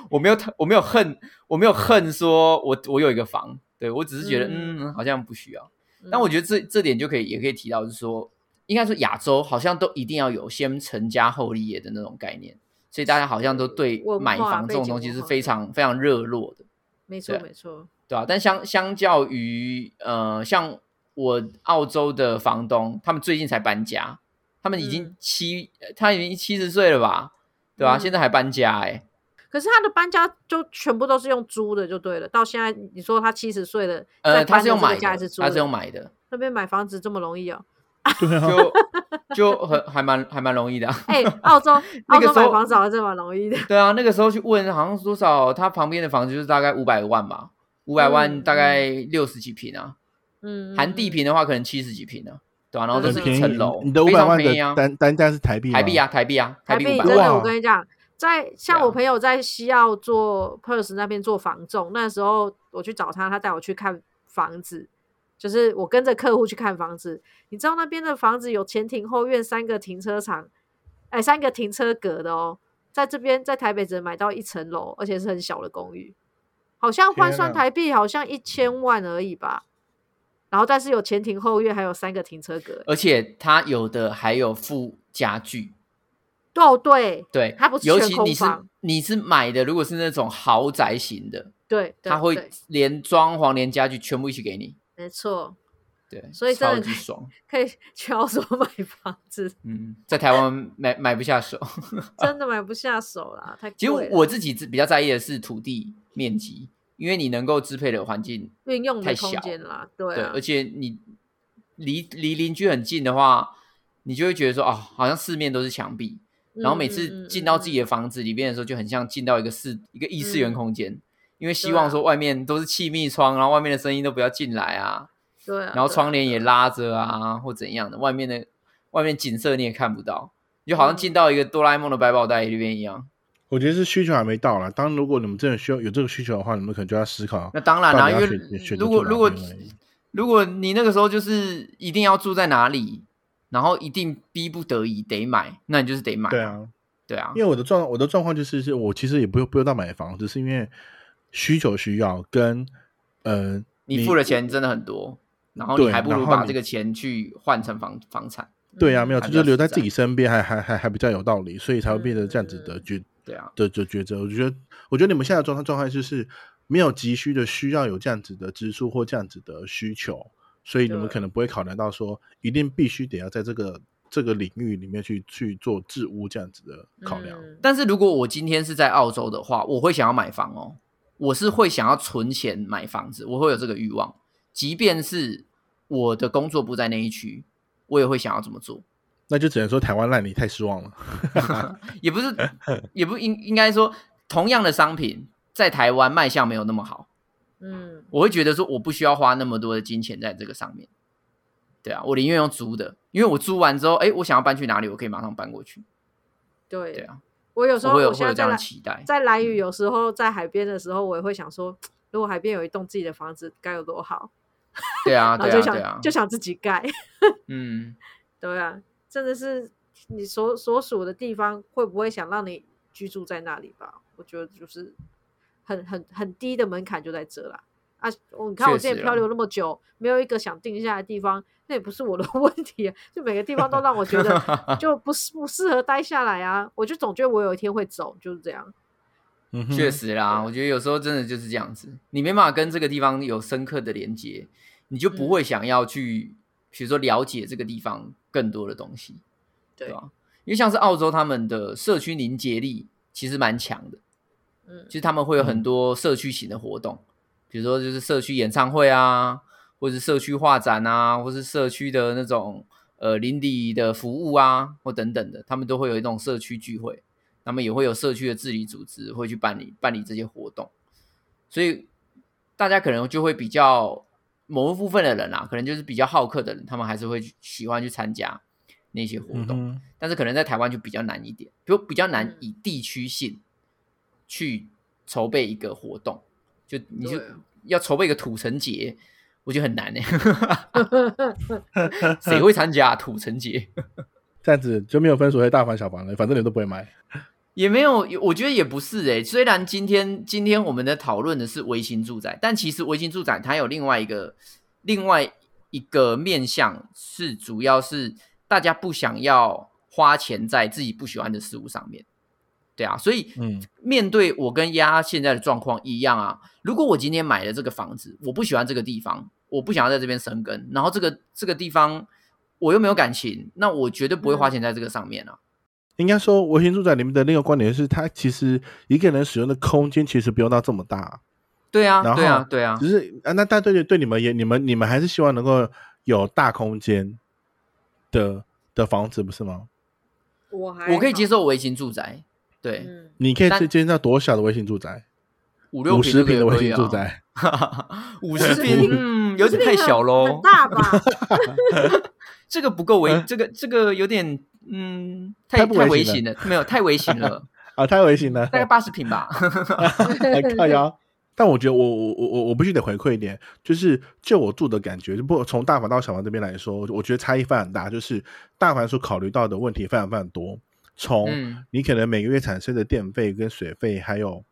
[SPEAKER 3] 我没有讨我没有恨，我没有恨说我我有一个房，对我只是觉得
[SPEAKER 2] 嗯
[SPEAKER 3] 嗯好像不需要。但我
[SPEAKER 2] 嗯
[SPEAKER 3] 觉得这这点就可以也可以提到，就是说，应该说亚洲好像都一定要有先成家后立业的那种概念，所以大家好像都对
[SPEAKER 2] 文化
[SPEAKER 3] 买房这
[SPEAKER 2] 背
[SPEAKER 3] 种
[SPEAKER 2] 景
[SPEAKER 3] 东西
[SPEAKER 2] 文
[SPEAKER 3] 是
[SPEAKER 2] 化
[SPEAKER 3] 非常非常热络的。
[SPEAKER 2] 没错
[SPEAKER 3] 对
[SPEAKER 2] 没错，
[SPEAKER 3] 对啊，但相相较于呃，像我澳洲的房东，他们最近才搬家，他们已经
[SPEAKER 2] 嗯
[SPEAKER 3] 七，呃他已经七十岁了吧？对吧、
[SPEAKER 2] 嗯
[SPEAKER 3] 现在还搬家哎、
[SPEAKER 2] 可是他的搬家就全部都是用租的，就对了。到现在你说他七十岁了，
[SPEAKER 3] 呃，
[SPEAKER 2] 再
[SPEAKER 3] 他
[SPEAKER 2] 搬
[SPEAKER 3] 是
[SPEAKER 2] 的
[SPEAKER 3] 用
[SPEAKER 2] 这个
[SPEAKER 3] 买
[SPEAKER 2] 家还
[SPEAKER 3] 的，
[SPEAKER 2] 租
[SPEAKER 3] 他
[SPEAKER 2] 的
[SPEAKER 3] 是用买的，
[SPEAKER 2] 那边买房子这么 容易哦？
[SPEAKER 1] 对啊，
[SPEAKER 3] 就就很还蛮还蛮容易的、啊。
[SPEAKER 2] 哎、澳洲
[SPEAKER 3] 那
[SPEAKER 2] 澳
[SPEAKER 3] 个
[SPEAKER 2] 洲
[SPEAKER 3] 时
[SPEAKER 2] 买
[SPEAKER 3] 候
[SPEAKER 2] 房子好像真蛮 容易的。
[SPEAKER 3] 对啊，那个时候去问，好像多少，他旁边的房子就是大概五百万吧，五百万
[SPEAKER 2] 嗯
[SPEAKER 3] 大概六十几平啊，
[SPEAKER 2] 嗯，
[SPEAKER 3] 含地
[SPEAKER 2] 皮
[SPEAKER 3] 平的话可能七十几平啊，对啊，然后都
[SPEAKER 1] 嗯很
[SPEAKER 3] 是
[SPEAKER 1] 便
[SPEAKER 3] 一
[SPEAKER 1] 宜
[SPEAKER 3] 层楼，。
[SPEAKER 1] 你的五
[SPEAKER 3] 非
[SPEAKER 1] 百
[SPEAKER 3] 常
[SPEAKER 1] 万
[SPEAKER 3] 便宜
[SPEAKER 1] 的
[SPEAKER 3] 啊，
[SPEAKER 1] 单单价是台币吗
[SPEAKER 3] 台币啊，台币啊，
[SPEAKER 2] 台
[SPEAKER 3] 币
[SPEAKER 2] 币
[SPEAKER 3] 五百
[SPEAKER 2] 哎真
[SPEAKER 3] 万，
[SPEAKER 2] 的，我
[SPEAKER 1] 哇
[SPEAKER 2] 跟你讲，在像
[SPEAKER 3] 对啊
[SPEAKER 2] 我朋友在西澳做 Perth 那边做房仲，那时候我去找他，他带我去看房子，就是我跟着客户去看房子。你知道那边的房子有前庭后院三个停车场，哎，三个停车格的哦。在这边在台北只能买到一层楼，而且是很小的公寓，好像换
[SPEAKER 1] 天
[SPEAKER 2] 算
[SPEAKER 1] 啊
[SPEAKER 2] 台币好像一千万而已吧。然后但是有前庭后院，还有三个停车格。
[SPEAKER 3] 而且它有的还有附家具，
[SPEAKER 2] 哦，对
[SPEAKER 3] 对，
[SPEAKER 2] 它不是
[SPEAKER 3] 尤
[SPEAKER 2] 全
[SPEAKER 3] 其
[SPEAKER 2] 空
[SPEAKER 3] 你是
[SPEAKER 2] 房
[SPEAKER 3] 你是买的，如果是那种豪宅型的，
[SPEAKER 2] 对，对
[SPEAKER 3] 它会
[SPEAKER 2] 对
[SPEAKER 3] 连装潢连家具全部一起给你，
[SPEAKER 2] 没错，
[SPEAKER 3] 对，
[SPEAKER 2] 所以真
[SPEAKER 3] 超
[SPEAKER 2] 的
[SPEAKER 3] 级
[SPEAKER 2] 可以
[SPEAKER 3] 爽，
[SPEAKER 2] 可以去澳洲买房子，
[SPEAKER 3] 嗯，在台湾买买不下手。
[SPEAKER 2] 真的买不下手啦，太
[SPEAKER 3] 其实我
[SPEAKER 2] 贵了
[SPEAKER 3] 我自己自比较在意的是土地面积，因为你能够支配的环境，
[SPEAKER 2] 运用的
[SPEAKER 3] 太
[SPEAKER 2] 空
[SPEAKER 3] 小
[SPEAKER 2] 间啦，对
[SPEAKER 3] 对，
[SPEAKER 2] 啊
[SPEAKER 3] 而，且你离离邻居很近的话，你就会觉得说，哦，好像四面都是墙壁，
[SPEAKER 2] 嗯
[SPEAKER 3] 然后每次进到自己
[SPEAKER 2] 的
[SPEAKER 3] 的房子里面的时候，就很像进到一个四一个异次元
[SPEAKER 2] 嗯
[SPEAKER 3] 空间，因为希
[SPEAKER 2] 对啊
[SPEAKER 3] 望说外面都是气密窗，然后外面的声音都不要进来啊，
[SPEAKER 2] 对啊，
[SPEAKER 3] 然后
[SPEAKER 2] 对啊
[SPEAKER 3] 窗帘也拉着啊，或怎样的，外面的外面景色你也看不到，你就好像
[SPEAKER 2] 嗯
[SPEAKER 3] 进到一个哆啦 A 梦的百宝袋里面一样。
[SPEAKER 1] 我觉得是需求还没到啦。当如果你们真的需要有这个需求的话，你们可能就要思考
[SPEAKER 3] 那当然啦、
[SPEAKER 1] 到底
[SPEAKER 3] 因
[SPEAKER 1] 要
[SPEAKER 3] 为
[SPEAKER 1] 选选择
[SPEAKER 3] 如果
[SPEAKER 1] 住哪
[SPEAKER 3] 如果
[SPEAKER 1] 边而已
[SPEAKER 3] 如果你那个时候就是一定要住在哪里，然后一定逼不得已得买，那你就是得买。
[SPEAKER 1] 对，啊，
[SPEAKER 3] 对啊
[SPEAKER 1] 因，为我的状我的状况就是，是我其实也不用不用到买房，只是因为需求需要跟呃，
[SPEAKER 3] 你付的钱真的很多，然后你
[SPEAKER 1] 对
[SPEAKER 3] 还不如
[SPEAKER 1] 然后
[SPEAKER 3] 把
[SPEAKER 1] 你
[SPEAKER 3] 这个钱去换成房房产。
[SPEAKER 1] 对啊，
[SPEAKER 2] 嗯
[SPEAKER 1] 没有，
[SPEAKER 3] 还
[SPEAKER 1] 就
[SPEAKER 3] 比
[SPEAKER 1] 是
[SPEAKER 3] 较
[SPEAKER 1] 留
[SPEAKER 3] 实
[SPEAKER 1] 在
[SPEAKER 3] 在
[SPEAKER 1] 自己身边还还还还比较有道理，所以才会变得这样子的
[SPEAKER 2] 嗯
[SPEAKER 1] 抉
[SPEAKER 3] 对啊，
[SPEAKER 1] 的的抉择。我觉得，我觉得你们现在的状态状态就是没有急需的需要有这样子的支出或这样子的需求，所以你们
[SPEAKER 2] 对
[SPEAKER 1] 可能不会考量到说一定必须得要在这个这个领域里面去去做置屋这样子的考量。
[SPEAKER 2] 嗯
[SPEAKER 3] 但是如果我今天是在澳洲的话，我会想要买房哦，我是会想要存钱买房子，我会有这个欲望。即便是我的工作不在那一区，我也会想要这么做。
[SPEAKER 1] 那就只能说台湾让你太失望了。
[SPEAKER 3] 也 不是，也不应应该说，同样的商品在台湾卖相没有那么好，
[SPEAKER 2] 嗯，
[SPEAKER 3] 我会觉得说我不需要花那么多的金钱在这个上面。对啊，我宁愿用租的，因为我租完之后，哎，我想要搬去哪里，我可以马上搬过去。
[SPEAKER 2] 对
[SPEAKER 3] 对啊，
[SPEAKER 2] 我有时
[SPEAKER 3] 我
[SPEAKER 2] 候
[SPEAKER 3] 会有
[SPEAKER 2] 我
[SPEAKER 3] 会
[SPEAKER 2] 现
[SPEAKER 3] 有
[SPEAKER 2] 在
[SPEAKER 3] 这
[SPEAKER 2] 在
[SPEAKER 3] 样的
[SPEAKER 2] 来
[SPEAKER 3] 期待。嗯
[SPEAKER 2] 在蓝屿，有时候在海边的时候，我也会想说，如果海边有一栋自己的房子，该有多好，
[SPEAKER 3] 对啊，
[SPEAKER 2] 然后
[SPEAKER 3] 对
[SPEAKER 2] 就
[SPEAKER 3] 啊，对
[SPEAKER 2] 想
[SPEAKER 3] 啊
[SPEAKER 2] 就，想自己盖，
[SPEAKER 3] 嗯，
[SPEAKER 2] 对啊，真的是你所所属的地方会不会想让你居住在那里吧？我觉得就是很很很低的门槛就在这啦。啊，我你看我之
[SPEAKER 3] 确实
[SPEAKER 2] 前
[SPEAKER 3] 啦
[SPEAKER 2] 漂
[SPEAKER 1] 啊
[SPEAKER 2] 流那么久，没有一个想定下来的地方，那也不是我的 问题、啊，就每个地方都让我觉得 就不适不适合待下来啊。我就总觉得我有一天会走，就是这样。
[SPEAKER 1] 嗯哼
[SPEAKER 3] 确实啦，我觉得有时候真的就是这样子，你没办法跟这个地方有深刻的连接，你就
[SPEAKER 2] 嗯
[SPEAKER 3] 不会想要去，比如说了解这个地方更多的东西，
[SPEAKER 2] 对
[SPEAKER 3] 对吧、因为像是澳洲，他们的社区凝结力其实蛮强的，
[SPEAKER 2] 嗯
[SPEAKER 3] 其实他们会有很多
[SPEAKER 1] 嗯
[SPEAKER 3] 社区型的活动，比如说就是社区演唱会啊，或是社区画展啊，或是社区的那种呃邻里的服务啊，或等等的，他们都会有一种社区聚会，他们也会有社区的治理组织会去办理办理这些活动，所以大家可能就会比较某一部分的人啊，可能就是比较好客的人，他们还是会去喜欢去参加那些活
[SPEAKER 1] 嗯
[SPEAKER 3] 动。
[SPEAKER 1] 哼
[SPEAKER 3] 但是可能在台湾就比较难一点，比如比较难
[SPEAKER 2] 嗯
[SPEAKER 3] 以地区性去筹备一个活动，就你就
[SPEAKER 2] 对啊
[SPEAKER 3] 要筹备一个土城节，我觉得很难 呢、谁会参加、啊、土城节？
[SPEAKER 1] 这样子就没有分所谓大房小房了，反正你都不会买。
[SPEAKER 3] 也没有，我觉得也不是哎、虽然今天今天我们的讨论的是微型住宅，但其实微型住宅它有另外一个另外一个面向是主要是大家不想要花钱在自己不喜欢的事物上面，对啊，所以
[SPEAKER 1] 嗯
[SPEAKER 3] 面对我跟丫现在的状况一样啊，如果我今天买了这个房子，我不喜欢这个地方，我不想要在这边生根，
[SPEAKER 2] 嗯
[SPEAKER 3] 然后这个这个地方我又没有感情，那我绝对不会花钱在这个上面啊。
[SPEAKER 1] 应该说，微型住宅里面的另一个观点是，它其实一个人使用的空间其实不用到这么大，
[SPEAKER 3] 对啊
[SPEAKER 1] 然，后
[SPEAKER 3] 对啊，对啊，
[SPEAKER 1] 只是啊，那但对对你们也你们你们还是希望能够有大空间的的房子，不是吗？
[SPEAKER 2] 我还
[SPEAKER 3] 我可以
[SPEAKER 2] 好
[SPEAKER 3] 接，受微型住宅，
[SPEAKER 1] 欸
[SPEAKER 3] 对，
[SPEAKER 2] 哎嗯，
[SPEAKER 1] 你可以
[SPEAKER 3] 但
[SPEAKER 1] 去建造多小的微型住宅？
[SPEAKER 3] 五六
[SPEAKER 1] 五十
[SPEAKER 3] 平
[SPEAKER 1] 平
[SPEAKER 3] 的
[SPEAKER 1] 的
[SPEAKER 3] 微
[SPEAKER 1] 微
[SPEAKER 3] 型
[SPEAKER 1] 型住，宅，
[SPEAKER 3] 啊 五十
[SPEAKER 2] 50
[SPEAKER 3] 平
[SPEAKER 2] 平，
[SPEAKER 3] 嗯，有点太小
[SPEAKER 2] 这边很
[SPEAKER 3] 喽
[SPEAKER 2] 很，大吧？
[SPEAKER 3] 这个不够微，
[SPEAKER 1] 嗯
[SPEAKER 3] 这个这个有点，嗯，
[SPEAKER 1] 太
[SPEAKER 3] 太
[SPEAKER 1] 不
[SPEAKER 3] 太
[SPEAKER 1] 微
[SPEAKER 3] 微
[SPEAKER 1] 型
[SPEAKER 3] 型了，没有太微型 了，
[SPEAKER 1] 啊，太微型了
[SPEAKER 3] 大，概八十平吧，
[SPEAKER 1] 靠腰。但我觉得我我我我我必须得回馈一点，就是就我住的感觉，就不从大房到小房这边来说，我觉得差异非常大。就是大房所考虑到的问题非常非常多，从
[SPEAKER 3] 嗯，
[SPEAKER 1] 你可能每个月产生的电费跟水费，还有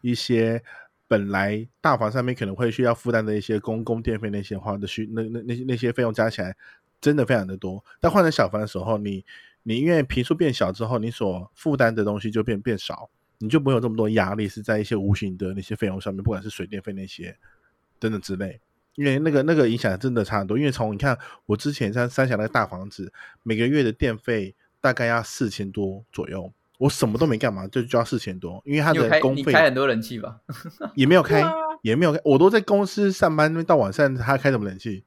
[SPEAKER 1] 一些本来大房上面可能会需要负担的一些公共电费那些花的需那那那那些费用加起来真的非常的多。但换成小房的时候，你你因为平数变小之后，你所负担的东西就变变少，你就不会有这么多压力是在一些无形的那些费用上面，不管是水电费那些等等之类。因为那个那个影响真的差很多，因为从你看我之前像三峡那个大房子，每个月的电费大概要四千多左右，我什么都没干嘛就就要四千多，因为它
[SPEAKER 3] 你有
[SPEAKER 1] 的
[SPEAKER 3] 开
[SPEAKER 1] 公
[SPEAKER 3] 你
[SPEAKER 1] 费
[SPEAKER 3] 开很多人气吧？
[SPEAKER 1] 也没有开
[SPEAKER 2] 对啊，
[SPEAKER 1] 也没有开，我都在公司上班，到晚上他开什么冷气？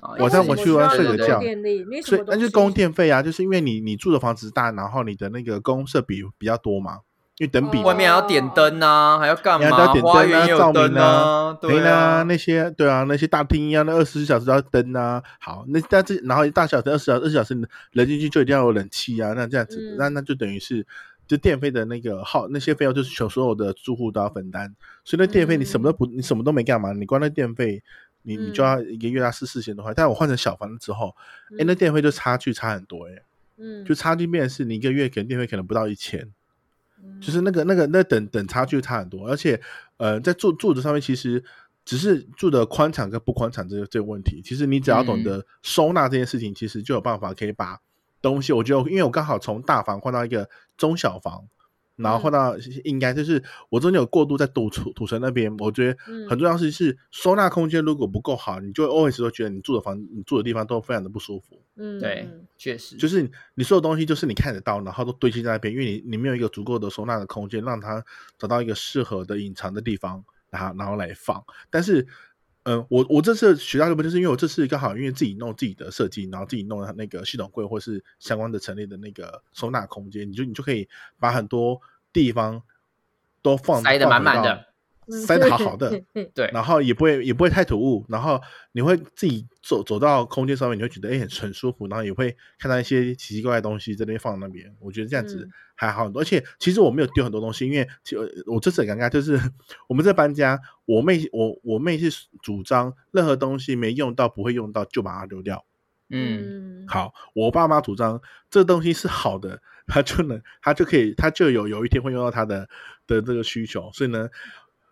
[SPEAKER 3] 啊
[SPEAKER 1] 我
[SPEAKER 3] 也
[SPEAKER 1] 在
[SPEAKER 3] 是
[SPEAKER 1] 我去
[SPEAKER 3] 对
[SPEAKER 1] 完
[SPEAKER 2] 要
[SPEAKER 1] 睡
[SPEAKER 3] 对
[SPEAKER 1] 个
[SPEAKER 3] 对
[SPEAKER 1] 觉
[SPEAKER 2] 电力，你什
[SPEAKER 1] 所以
[SPEAKER 2] 么
[SPEAKER 1] 那就
[SPEAKER 2] 东
[SPEAKER 1] 是
[SPEAKER 2] 西
[SPEAKER 1] 供电费啊，就是因为你你住的房子大，然后你的那个公设比比较多嘛，因为等比
[SPEAKER 2] 哦
[SPEAKER 3] 外面还要点灯啊，还要干
[SPEAKER 1] 你还要
[SPEAKER 3] 嘛？
[SPEAKER 1] 点灯啊
[SPEAKER 3] 花园也有
[SPEAKER 1] 照明
[SPEAKER 3] 灯啊，
[SPEAKER 1] 对
[SPEAKER 3] 对
[SPEAKER 1] 啦，
[SPEAKER 3] 啊，
[SPEAKER 1] 那些对啊，那些大厅一样，那二十四小时都要灯啊。好，那但是然后大小时二十小时二十小时人进去就一定要有冷气啊，那这样子，
[SPEAKER 2] 嗯
[SPEAKER 1] 那那就等于是就电费的那个耗那些费用，就是全所有的住户都要分担。所以那电费你什么都不，你什么都没干嘛，你光那电费。你你就要一个月要四四千多块，但我换成小房子之后，哎、那电费就差距差很多哎、
[SPEAKER 2] 嗯，
[SPEAKER 1] 就差距变成是你一个月可能电费可能不到一千，
[SPEAKER 2] 嗯
[SPEAKER 1] 就是那个那个那等等差距差很多，而且呃，在住住的上面其实只是住的宽敞跟不宽敞这个这个问题，其实你只要懂得收纳这件事情，其实就有办法可以把东西。我觉得，因为我刚好从大房换到一个中小房，然后换到应该就是我中间有过渡在土土土城那边，我觉得
[SPEAKER 2] 嗯
[SPEAKER 1] 很重要的事情是收纳空间如果不够好，你就 always 都觉得你住的房你住的地方都非常的不舒服。
[SPEAKER 2] 嗯
[SPEAKER 3] 对
[SPEAKER 2] 嗯，
[SPEAKER 3] 确实
[SPEAKER 1] 就是你你所有东西就是你看得到，然后都堆积在那边，因为你你没有一个足够的收纳的空间，让它找到一个适合的隐藏的地方，然后然后来放。但是，嗯，我我这次学到的不就是因为我这次刚好因为自己弄自己的设计，然后自己弄那个系统柜或是相关的陈列的那个收纳空间，你就你就可以把很多地方都放
[SPEAKER 3] 塞得
[SPEAKER 1] 放
[SPEAKER 3] 满满
[SPEAKER 1] 回到
[SPEAKER 3] 的，
[SPEAKER 2] 嗯
[SPEAKER 1] 塞得好好 的，
[SPEAKER 3] 对，
[SPEAKER 1] 然后也不会也不会太突兀，然后你会自己走走到空间上面，你会觉得哎、诶很很舒服，然后也会看到一些奇奇怪怪的东西在那边放那边，我觉得这样子
[SPEAKER 2] 嗯
[SPEAKER 1] 还好很多。而且其实我没有丢很多东西，因为其实呃我这次很尴尬，就是我们这搬家，我妹我我妹是主张任何东西没用到不会用到就把它丢掉。
[SPEAKER 3] 嗯，
[SPEAKER 1] 好，我爸妈主张这东西是好的，他就能他就可以他就有有一天会用到他的的这个需求，所以呢，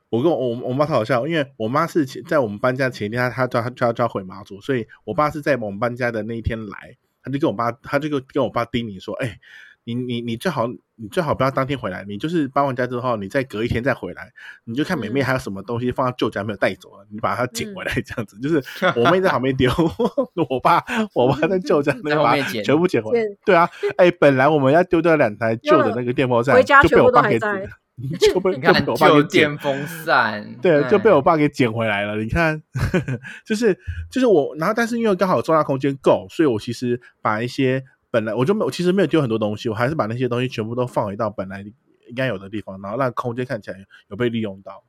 [SPEAKER 1] 我跟我我我妈超好笑，因为我妈是前在我们搬家前一天，她她就要就要就要回马祖，所以我爸是在我们搬家的那一天来，他就跟我爸他就跟跟我爸叮咛说，哎、你你你最好你最好不要当天回来，你就是搬完家之后，你再隔一天再回来，你就看美妹
[SPEAKER 2] 嗯
[SPEAKER 1] 还有什么东西放到旧家没有带走了，你把它捡回来这样子。 就是我妹在旁边丢， 我爸 我爸在旧家
[SPEAKER 3] 在
[SPEAKER 1] 那边
[SPEAKER 3] 后
[SPEAKER 1] 把
[SPEAKER 3] 面捡
[SPEAKER 1] 全部捡回来
[SPEAKER 2] 捡。
[SPEAKER 1] 对啊，哎，本来我们要丢掉两台旧的那个电风扇
[SPEAKER 2] 回，家
[SPEAKER 1] 就
[SPEAKER 2] 全
[SPEAKER 1] 被我
[SPEAKER 2] 部都
[SPEAKER 1] 爸
[SPEAKER 2] 还
[SPEAKER 1] 给
[SPEAKER 2] 在
[SPEAKER 1] 就
[SPEAKER 3] 你
[SPEAKER 1] 被就
[SPEAKER 3] 看
[SPEAKER 1] 被我爸
[SPEAKER 3] 旧
[SPEAKER 1] 给捡
[SPEAKER 3] 电风扇，
[SPEAKER 1] 对，就被
[SPEAKER 3] 哎
[SPEAKER 1] 我爸给捡回来了。你看， 就是就是我，然后但是因为刚好收纳空间够，所以我其实把一些本来我就没有，我其实没有丢很多东西，我还是把那些东西全部都放回到本来应该有的地方，然后让空间看起来有被利用到。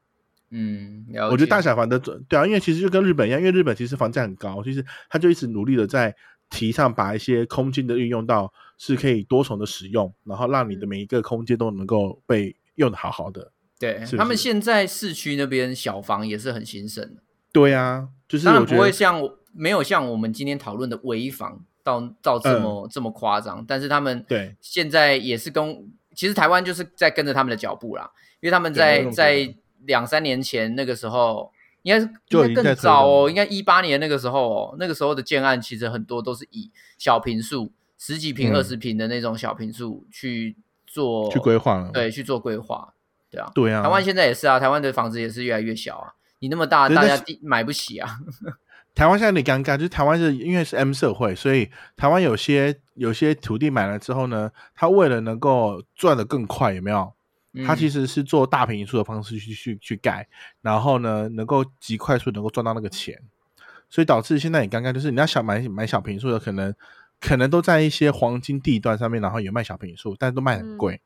[SPEAKER 3] 嗯，了
[SPEAKER 1] 我觉得
[SPEAKER 3] 解
[SPEAKER 1] 大小房的对啊，因为其实就跟日本一样，因为日本其实房价很高，其实他就一直努力的在提倡把一些空间的运用到是可以多重的使用，然后让你
[SPEAKER 3] 嗯
[SPEAKER 1] 的每一个空间都能够被用的好好的。
[SPEAKER 3] 对
[SPEAKER 1] 是不
[SPEAKER 3] 他们
[SPEAKER 1] 是
[SPEAKER 3] 现在市区那边小房也是很兴盛的，
[SPEAKER 1] 对啊，就是
[SPEAKER 3] 当
[SPEAKER 1] 我
[SPEAKER 3] 然
[SPEAKER 1] 觉
[SPEAKER 3] 不
[SPEAKER 1] 得
[SPEAKER 3] 会像我没有像我们今天讨论的危房到到这
[SPEAKER 1] 嗯
[SPEAKER 3] 么、这么夸张，但是他们
[SPEAKER 1] 对
[SPEAKER 3] 现在也是跟其实台湾就是在跟着他们的脚步啦，因为他们
[SPEAKER 1] 对
[SPEAKER 3] 在
[SPEAKER 1] 那种
[SPEAKER 3] 在两三年前那个时候。应该是
[SPEAKER 1] 就
[SPEAKER 3] 应
[SPEAKER 1] 已
[SPEAKER 3] 该
[SPEAKER 1] 经在
[SPEAKER 3] 更
[SPEAKER 1] 推
[SPEAKER 3] 早
[SPEAKER 1] 动
[SPEAKER 3] 哦，
[SPEAKER 1] 了
[SPEAKER 3] 应该一八年那个时候哦，那个时候的建案其实很多都是以小平数、十几平、
[SPEAKER 1] 嗯
[SPEAKER 3] 二十平的那种小平数去做
[SPEAKER 1] 去规划了。
[SPEAKER 3] 哦对，去做规划，对啊，
[SPEAKER 1] 对啊，
[SPEAKER 3] 台湾现在也是啊，台湾的房子也是越来越小啊，你那么大，
[SPEAKER 1] 对
[SPEAKER 3] 大
[SPEAKER 1] 但
[SPEAKER 3] 家
[SPEAKER 1] 是
[SPEAKER 3] 地买不起啊，
[SPEAKER 1] 台湾现在有点尴尬，就是台湾是因为是 M 社会，所以台湾有些有些土地买了之后呢，他为了能够赚得更快，有没有？他其
[SPEAKER 3] 实
[SPEAKER 1] 实是做大平数的方式去去去盖，然后呢，能够极快速能够赚到那个钱，所以导致现在很尴尬，就是你要想买买小平数的，可能可能都在一些黄金地段上面，然后有卖小平数，但是都卖很贵。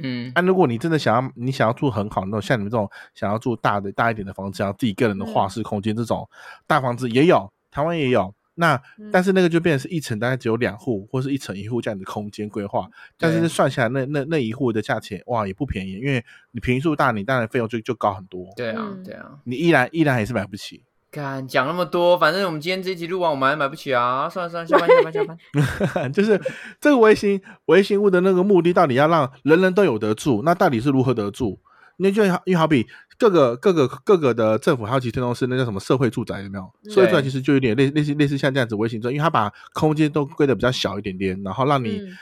[SPEAKER 3] 嗯
[SPEAKER 1] 那、如果你真的想要你想要住很好那种，像你们这种想要住大的大一点的房子，然后自己个人的
[SPEAKER 3] 嗯
[SPEAKER 1] 画室空间这种、大房子也有，台湾也有。那
[SPEAKER 2] 嗯
[SPEAKER 1] 但是那个就变成是一层大概只有两户或是一层一户这样的空间规划，但是
[SPEAKER 3] 嗯对
[SPEAKER 1] 算下来那那那一户的价钱哇也不便宜，因为你平数大，你当然费用就就高很多，
[SPEAKER 3] 对啊
[SPEAKER 2] 嗯
[SPEAKER 3] 对啊，
[SPEAKER 1] 你依然依然还是买不起。
[SPEAKER 3] 干讲那么多，反正我们今天这一集录完，我们还买不起啊，算了算了，下班下班下班。
[SPEAKER 1] 就是这个微型微型屋的那个目的，到底要让人人都有得住，那到底是如何得住？那就好因为好比各个各个各个的政府还有其推动是那叫什么社会住宅有没有？
[SPEAKER 2] 嗯
[SPEAKER 1] 社会住宅其实就有点类类似类似像这样子微型住宅，因为它把空间都归的比较小一点点，然后让你
[SPEAKER 2] 嗯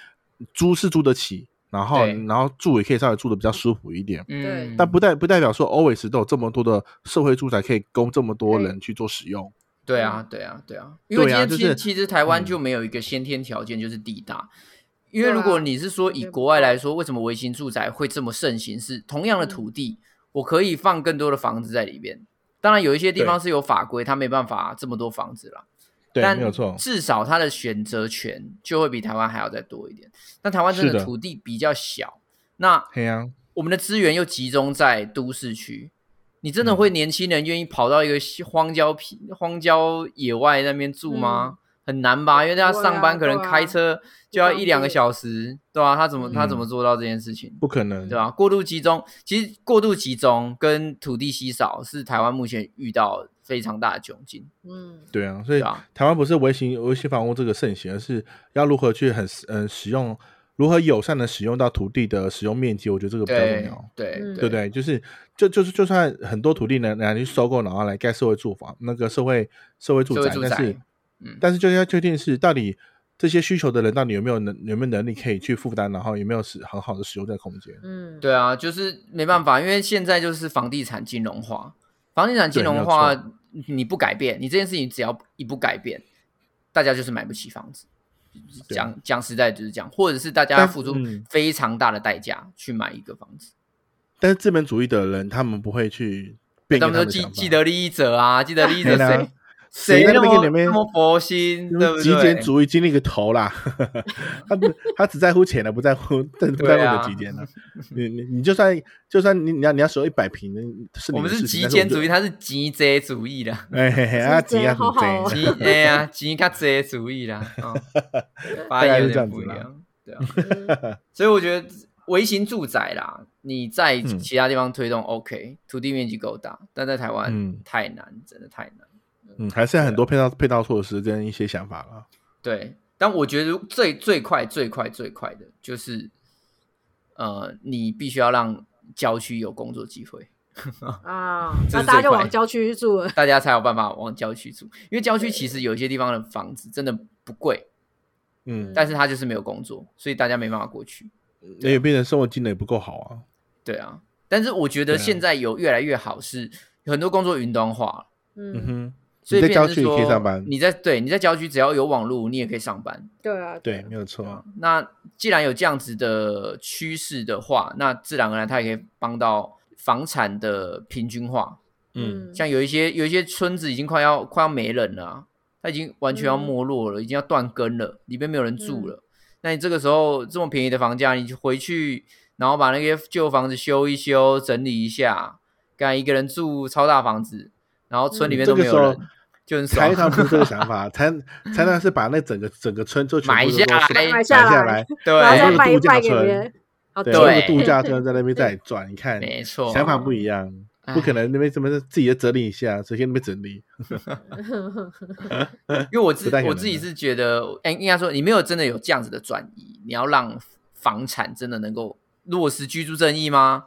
[SPEAKER 1] 租是租得起，然后
[SPEAKER 3] 对
[SPEAKER 1] 然后住也可以稍微住的比较舒服一点。
[SPEAKER 3] 嗯，
[SPEAKER 1] 但不代不代表说 always 都有这么多的社会住宅可以供这么多人去做使用。
[SPEAKER 3] 对啊，对啊，对啊，因为今
[SPEAKER 1] 对啊
[SPEAKER 3] 天
[SPEAKER 1] 就
[SPEAKER 3] 其
[SPEAKER 1] 是
[SPEAKER 3] 其实台湾
[SPEAKER 1] 嗯
[SPEAKER 3] 就没有一个先天条件就是地大，因为
[SPEAKER 2] 对啊
[SPEAKER 3] 如果你是说以
[SPEAKER 2] 对
[SPEAKER 3] 国外来说，为什么微型住宅会这么盛行？是同
[SPEAKER 2] 嗯
[SPEAKER 3] 样的土地，我可以放更多的房子在里边。当然有一些地方是有法规，它没办法这么多房子啦，
[SPEAKER 1] 对，
[SPEAKER 3] 但
[SPEAKER 1] 没有错。
[SPEAKER 3] 至少它的选择权就会比台湾还要再多一点。但台湾真
[SPEAKER 1] 是
[SPEAKER 3] 的
[SPEAKER 1] 的
[SPEAKER 3] 土地比较小，那
[SPEAKER 1] 黑呀、
[SPEAKER 3] 我们的资源又集中在都市区，你真的
[SPEAKER 2] 嗯
[SPEAKER 3] 会年轻人愿意跑到一个西荒郊僻、荒郊野外那边住吗？很难吧，因为大家
[SPEAKER 2] 不会啊
[SPEAKER 3] 上班可能
[SPEAKER 2] 嗯对啊
[SPEAKER 3] 开车就要
[SPEAKER 2] 不方
[SPEAKER 3] 一
[SPEAKER 2] 便
[SPEAKER 3] 两个小时，对吧、他怎么
[SPEAKER 2] 嗯
[SPEAKER 3] 他怎么做到这件事情？
[SPEAKER 1] 不可能。
[SPEAKER 3] 对啊吧、过度集中，其实过度集中跟土地稀少是台湾目前遇到非常大的窘境，
[SPEAKER 2] 嗯，
[SPEAKER 1] 对啊，所
[SPEAKER 3] 对
[SPEAKER 1] 以
[SPEAKER 3] 吧、
[SPEAKER 1] 台湾不是微型微型房屋这个盛行，而是要如何去很嗯使用，如何友善的使用到土地的使用面积，我觉得这个比较重
[SPEAKER 3] 对
[SPEAKER 1] 要，
[SPEAKER 3] 对
[SPEAKER 2] 嗯
[SPEAKER 1] 对不对？就是就就是就算很多土地呢，拿去收购，然后来盖社会住房，那个社会社会住
[SPEAKER 3] 社会
[SPEAKER 1] 宅，
[SPEAKER 3] 住
[SPEAKER 1] 但是
[SPEAKER 3] 宅，嗯，
[SPEAKER 1] 但是就要确定是到底这些需求的人到底有没有能有没有能力可以去负担，然后有没有使很好的使用这个空间。
[SPEAKER 2] 嗯，
[SPEAKER 3] 对啊，就是没办法，因为现在就是房地产金融化，房地产金
[SPEAKER 1] 对
[SPEAKER 3] 融
[SPEAKER 1] 没有
[SPEAKER 3] 化
[SPEAKER 1] 错，
[SPEAKER 3] 你不改变，你这件事情只要一不改变，大家就是买不起房子。
[SPEAKER 1] 对
[SPEAKER 3] 讲讲实在就是这样，或者是大家
[SPEAKER 1] 但
[SPEAKER 3] 付出
[SPEAKER 1] 嗯
[SPEAKER 3] 非常大的代价去买一个房子，
[SPEAKER 1] 但是资本主义的人，他们不会去变
[SPEAKER 3] 他
[SPEAKER 1] 更
[SPEAKER 3] 们说
[SPEAKER 1] 的
[SPEAKER 3] 既
[SPEAKER 1] 想法。
[SPEAKER 3] 既得利益者啊，既得利益者
[SPEAKER 1] 对啊
[SPEAKER 3] 谁
[SPEAKER 1] 谁在
[SPEAKER 3] 那
[SPEAKER 1] 那边
[SPEAKER 3] 么
[SPEAKER 1] 给你们
[SPEAKER 3] 那么佛心，对不
[SPEAKER 1] 极
[SPEAKER 3] 对？
[SPEAKER 1] 简主义经历个头啦， 他不他只在乎钱了，不在乎， 但不
[SPEAKER 3] 对
[SPEAKER 1] 在乎你
[SPEAKER 3] 啊
[SPEAKER 1] 的极简了。你你你就算就算你你要你要使用一百平，是
[SPEAKER 3] 我
[SPEAKER 1] 你
[SPEAKER 3] 们
[SPEAKER 1] 的
[SPEAKER 3] 是
[SPEAKER 1] 事
[SPEAKER 3] 极
[SPEAKER 1] 情
[SPEAKER 3] 简主义，，
[SPEAKER 1] 但
[SPEAKER 3] 他是极贼主义的，
[SPEAKER 1] 我就哎嘿嘿，啊
[SPEAKER 2] 极
[SPEAKER 1] 极
[SPEAKER 2] 简
[SPEAKER 1] 啊
[SPEAKER 2] 好好哦
[SPEAKER 1] 极
[SPEAKER 3] 极哎呀，极他贼主义啦，嗯发
[SPEAKER 1] 大概
[SPEAKER 3] 言有
[SPEAKER 1] 是这
[SPEAKER 3] 点
[SPEAKER 1] 样
[SPEAKER 3] 不
[SPEAKER 1] 子
[SPEAKER 3] 一
[SPEAKER 1] 啦
[SPEAKER 3] 样，对啊。
[SPEAKER 2] 嗯
[SPEAKER 1] 简，
[SPEAKER 3] 所以我觉得微型住宅啦，你在
[SPEAKER 1] 嗯
[SPEAKER 3] 其他地方推动 OK，、土地面积够大，但在台湾、
[SPEAKER 1] 嗯
[SPEAKER 3] 太难，真的太难。
[SPEAKER 1] 嗯，还是很多配套配套措施跟一些想法了。
[SPEAKER 3] 对，但我觉得最最快、最快、最快的就是，呃，你必须要让郊区有工作机会，
[SPEAKER 2] 啊，
[SPEAKER 3] 这
[SPEAKER 2] 那
[SPEAKER 3] 是
[SPEAKER 2] 大家
[SPEAKER 3] 最
[SPEAKER 2] 就
[SPEAKER 3] 快
[SPEAKER 2] 往郊区住了。
[SPEAKER 3] 大家才有办法往郊区住。因为郊区其实有一些地方的房子真的不贵，
[SPEAKER 1] 嗯，
[SPEAKER 3] 但是它就是没有工作，所以大家没办法过去。
[SPEAKER 1] 那也变成生活技能也不够好啊。
[SPEAKER 3] 对啊，但是我觉得
[SPEAKER 1] 对啊
[SPEAKER 3] 现在有越来越好是，很多工作云端化了。
[SPEAKER 1] 嗯
[SPEAKER 2] 嗯，
[SPEAKER 1] 哼，
[SPEAKER 3] 所以
[SPEAKER 1] 你在
[SPEAKER 3] 变
[SPEAKER 1] 郊
[SPEAKER 3] 成是
[SPEAKER 1] 区也可以
[SPEAKER 3] 说
[SPEAKER 1] 上班，
[SPEAKER 3] 你在对你在郊区只要有网络，你也可以上班。
[SPEAKER 2] 对啊，
[SPEAKER 1] 对，没有错。
[SPEAKER 3] 那既然有这样子的趋势的话，那自然而然它也可以帮到房产的平均化。
[SPEAKER 1] 嗯，
[SPEAKER 3] 像有一些有一些村子已经快要快要没人了啊、它已经完全要
[SPEAKER 2] 嗯
[SPEAKER 3] 没落了，已经要断根了，里边没有人住了。那你这个时候这么便宜的房价，你就回去，然后把那些旧房子修一修，整理一下，干一个人住超大房子，然后村里面
[SPEAKER 1] 嗯
[SPEAKER 3] 都
[SPEAKER 1] 这个
[SPEAKER 3] 没有
[SPEAKER 1] 时候
[SPEAKER 3] 人，就很爽
[SPEAKER 1] 台。糖不是这个想法， 台台糖是把那整个整个村就全
[SPEAKER 3] 买
[SPEAKER 1] 部都
[SPEAKER 3] 下
[SPEAKER 1] 都
[SPEAKER 3] 来
[SPEAKER 2] 买
[SPEAKER 1] 下
[SPEAKER 2] 下来
[SPEAKER 1] 来，
[SPEAKER 3] 对，
[SPEAKER 2] 然后再
[SPEAKER 1] 对
[SPEAKER 2] 卖
[SPEAKER 1] 度假
[SPEAKER 2] 卖给别
[SPEAKER 1] 村
[SPEAKER 2] 人。好，
[SPEAKER 1] 对，
[SPEAKER 3] 对
[SPEAKER 1] 那个度假村在那边在转，你看
[SPEAKER 3] 没错，
[SPEAKER 1] 想法不一样，
[SPEAKER 3] 哎
[SPEAKER 1] 不可能那边怎么自己的整理一下，首先那边整理，
[SPEAKER 2] 嗯
[SPEAKER 3] 因为我自
[SPEAKER 1] 不太可能
[SPEAKER 3] 我自己是觉得，哎，应该说你没有真的有这样子的转移，你要让房产真的能够落实居住正义吗？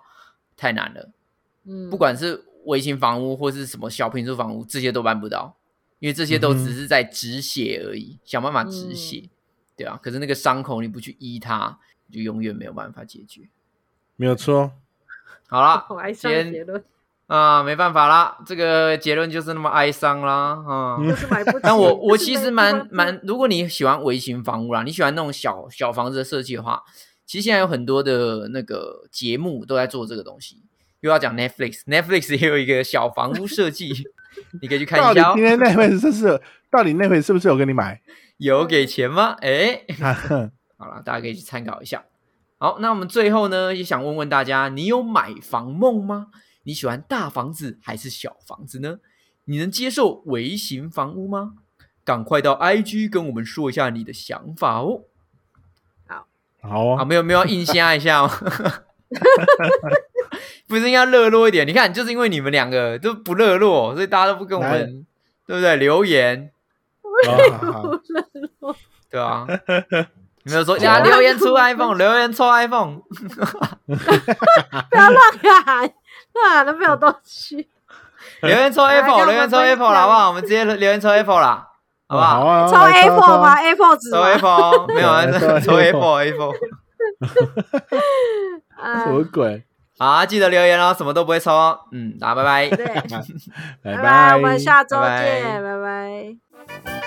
[SPEAKER 3] 太难了，
[SPEAKER 2] 嗯，
[SPEAKER 3] 不管是微型房屋或是什么小平数房屋，这些都办不到，因为这些都
[SPEAKER 1] 嗯哼
[SPEAKER 3] 只是在止血而已，想办法止血，对啊。可是那个伤口你不去医它，你就永远没有办法解决。
[SPEAKER 1] 没有错。
[SPEAKER 3] 好啦，
[SPEAKER 2] 好哀
[SPEAKER 3] 今
[SPEAKER 2] 伤的 结
[SPEAKER 3] 天
[SPEAKER 2] 论。
[SPEAKER 3] 啊，没办法啦，这个结论就是那么哀伤啦，啊。
[SPEAKER 1] 嗯
[SPEAKER 2] 就是买不 起。
[SPEAKER 3] 但我我
[SPEAKER 2] 就是
[SPEAKER 3] 其
[SPEAKER 2] 没
[SPEAKER 3] 实
[SPEAKER 2] 地
[SPEAKER 3] 蛮
[SPEAKER 2] 方住
[SPEAKER 3] 蛮，如果你喜欢微型房屋啦，你喜欢那种小小房子的设计的话，其实现在有很多的那个节目都在做这个东西。又要讲 Netflix，Netflix 也有一个小房屋设计，你可以去看
[SPEAKER 1] 到
[SPEAKER 3] 一
[SPEAKER 1] 底
[SPEAKER 3] 下哦
[SPEAKER 1] 今。天那位是不是？到底那位是不是有跟你买？
[SPEAKER 3] 有给钱吗？哎，
[SPEAKER 1] 哈哈
[SPEAKER 3] 好了，大家可以去参考一下。好，那我们最后呢，也想问问大家，你有买房梦吗？你喜欢大房子还是小房子呢？你能接受微型房屋吗？赶快到 IG 跟我们说一下你的想法哦。
[SPEAKER 1] 好
[SPEAKER 3] 啊，
[SPEAKER 1] 哦，
[SPEAKER 3] 没有没有，硬瞎一下哦。 不是应该热络一点？你看，就是因为你们两个都不热络，所以大家都不跟我
[SPEAKER 1] 来
[SPEAKER 3] 们，对不对？留言，
[SPEAKER 1] 好好好
[SPEAKER 3] 对啊，你们有说呀，留言出 iPhone，留言抽 iPhone，
[SPEAKER 2] 不
[SPEAKER 3] 嗯
[SPEAKER 2] 要乱喊，乱喊都没有东西。
[SPEAKER 3] 留言抽
[SPEAKER 2] 来
[SPEAKER 3] Apple，
[SPEAKER 2] 让我
[SPEAKER 3] 留
[SPEAKER 2] 们
[SPEAKER 3] 言抽
[SPEAKER 2] 分
[SPEAKER 3] Apple 啦哎
[SPEAKER 2] 享
[SPEAKER 3] 好不好？我们直接留言抽 Apple 啦，好不
[SPEAKER 1] 好
[SPEAKER 3] 好？
[SPEAKER 1] 啊，
[SPEAKER 2] 抽
[SPEAKER 1] 来
[SPEAKER 2] Apple 吧？，Apple 纸
[SPEAKER 3] 抽
[SPEAKER 2] 吗
[SPEAKER 3] Apple 哦没有啊，
[SPEAKER 1] 对
[SPEAKER 3] 抽
[SPEAKER 1] 抽
[SPEAKER 3] Apple Apple
[SPEAKER 2] 啊
[SPEAKER 1] 什么鬼？
[SPEAKER 3] 好啊，记得留言哦，什么都不会抽哦。嗯，好，拜拜。
[SPEAKER 2] 对，
[SPEAKER 1] 拜
[SPEAKER 2] 拜拜，我们下周
[SPEAKER 3] 拜拜
[SPEAKER 2] 见，拜拜。
[SPEAKER 1] 拜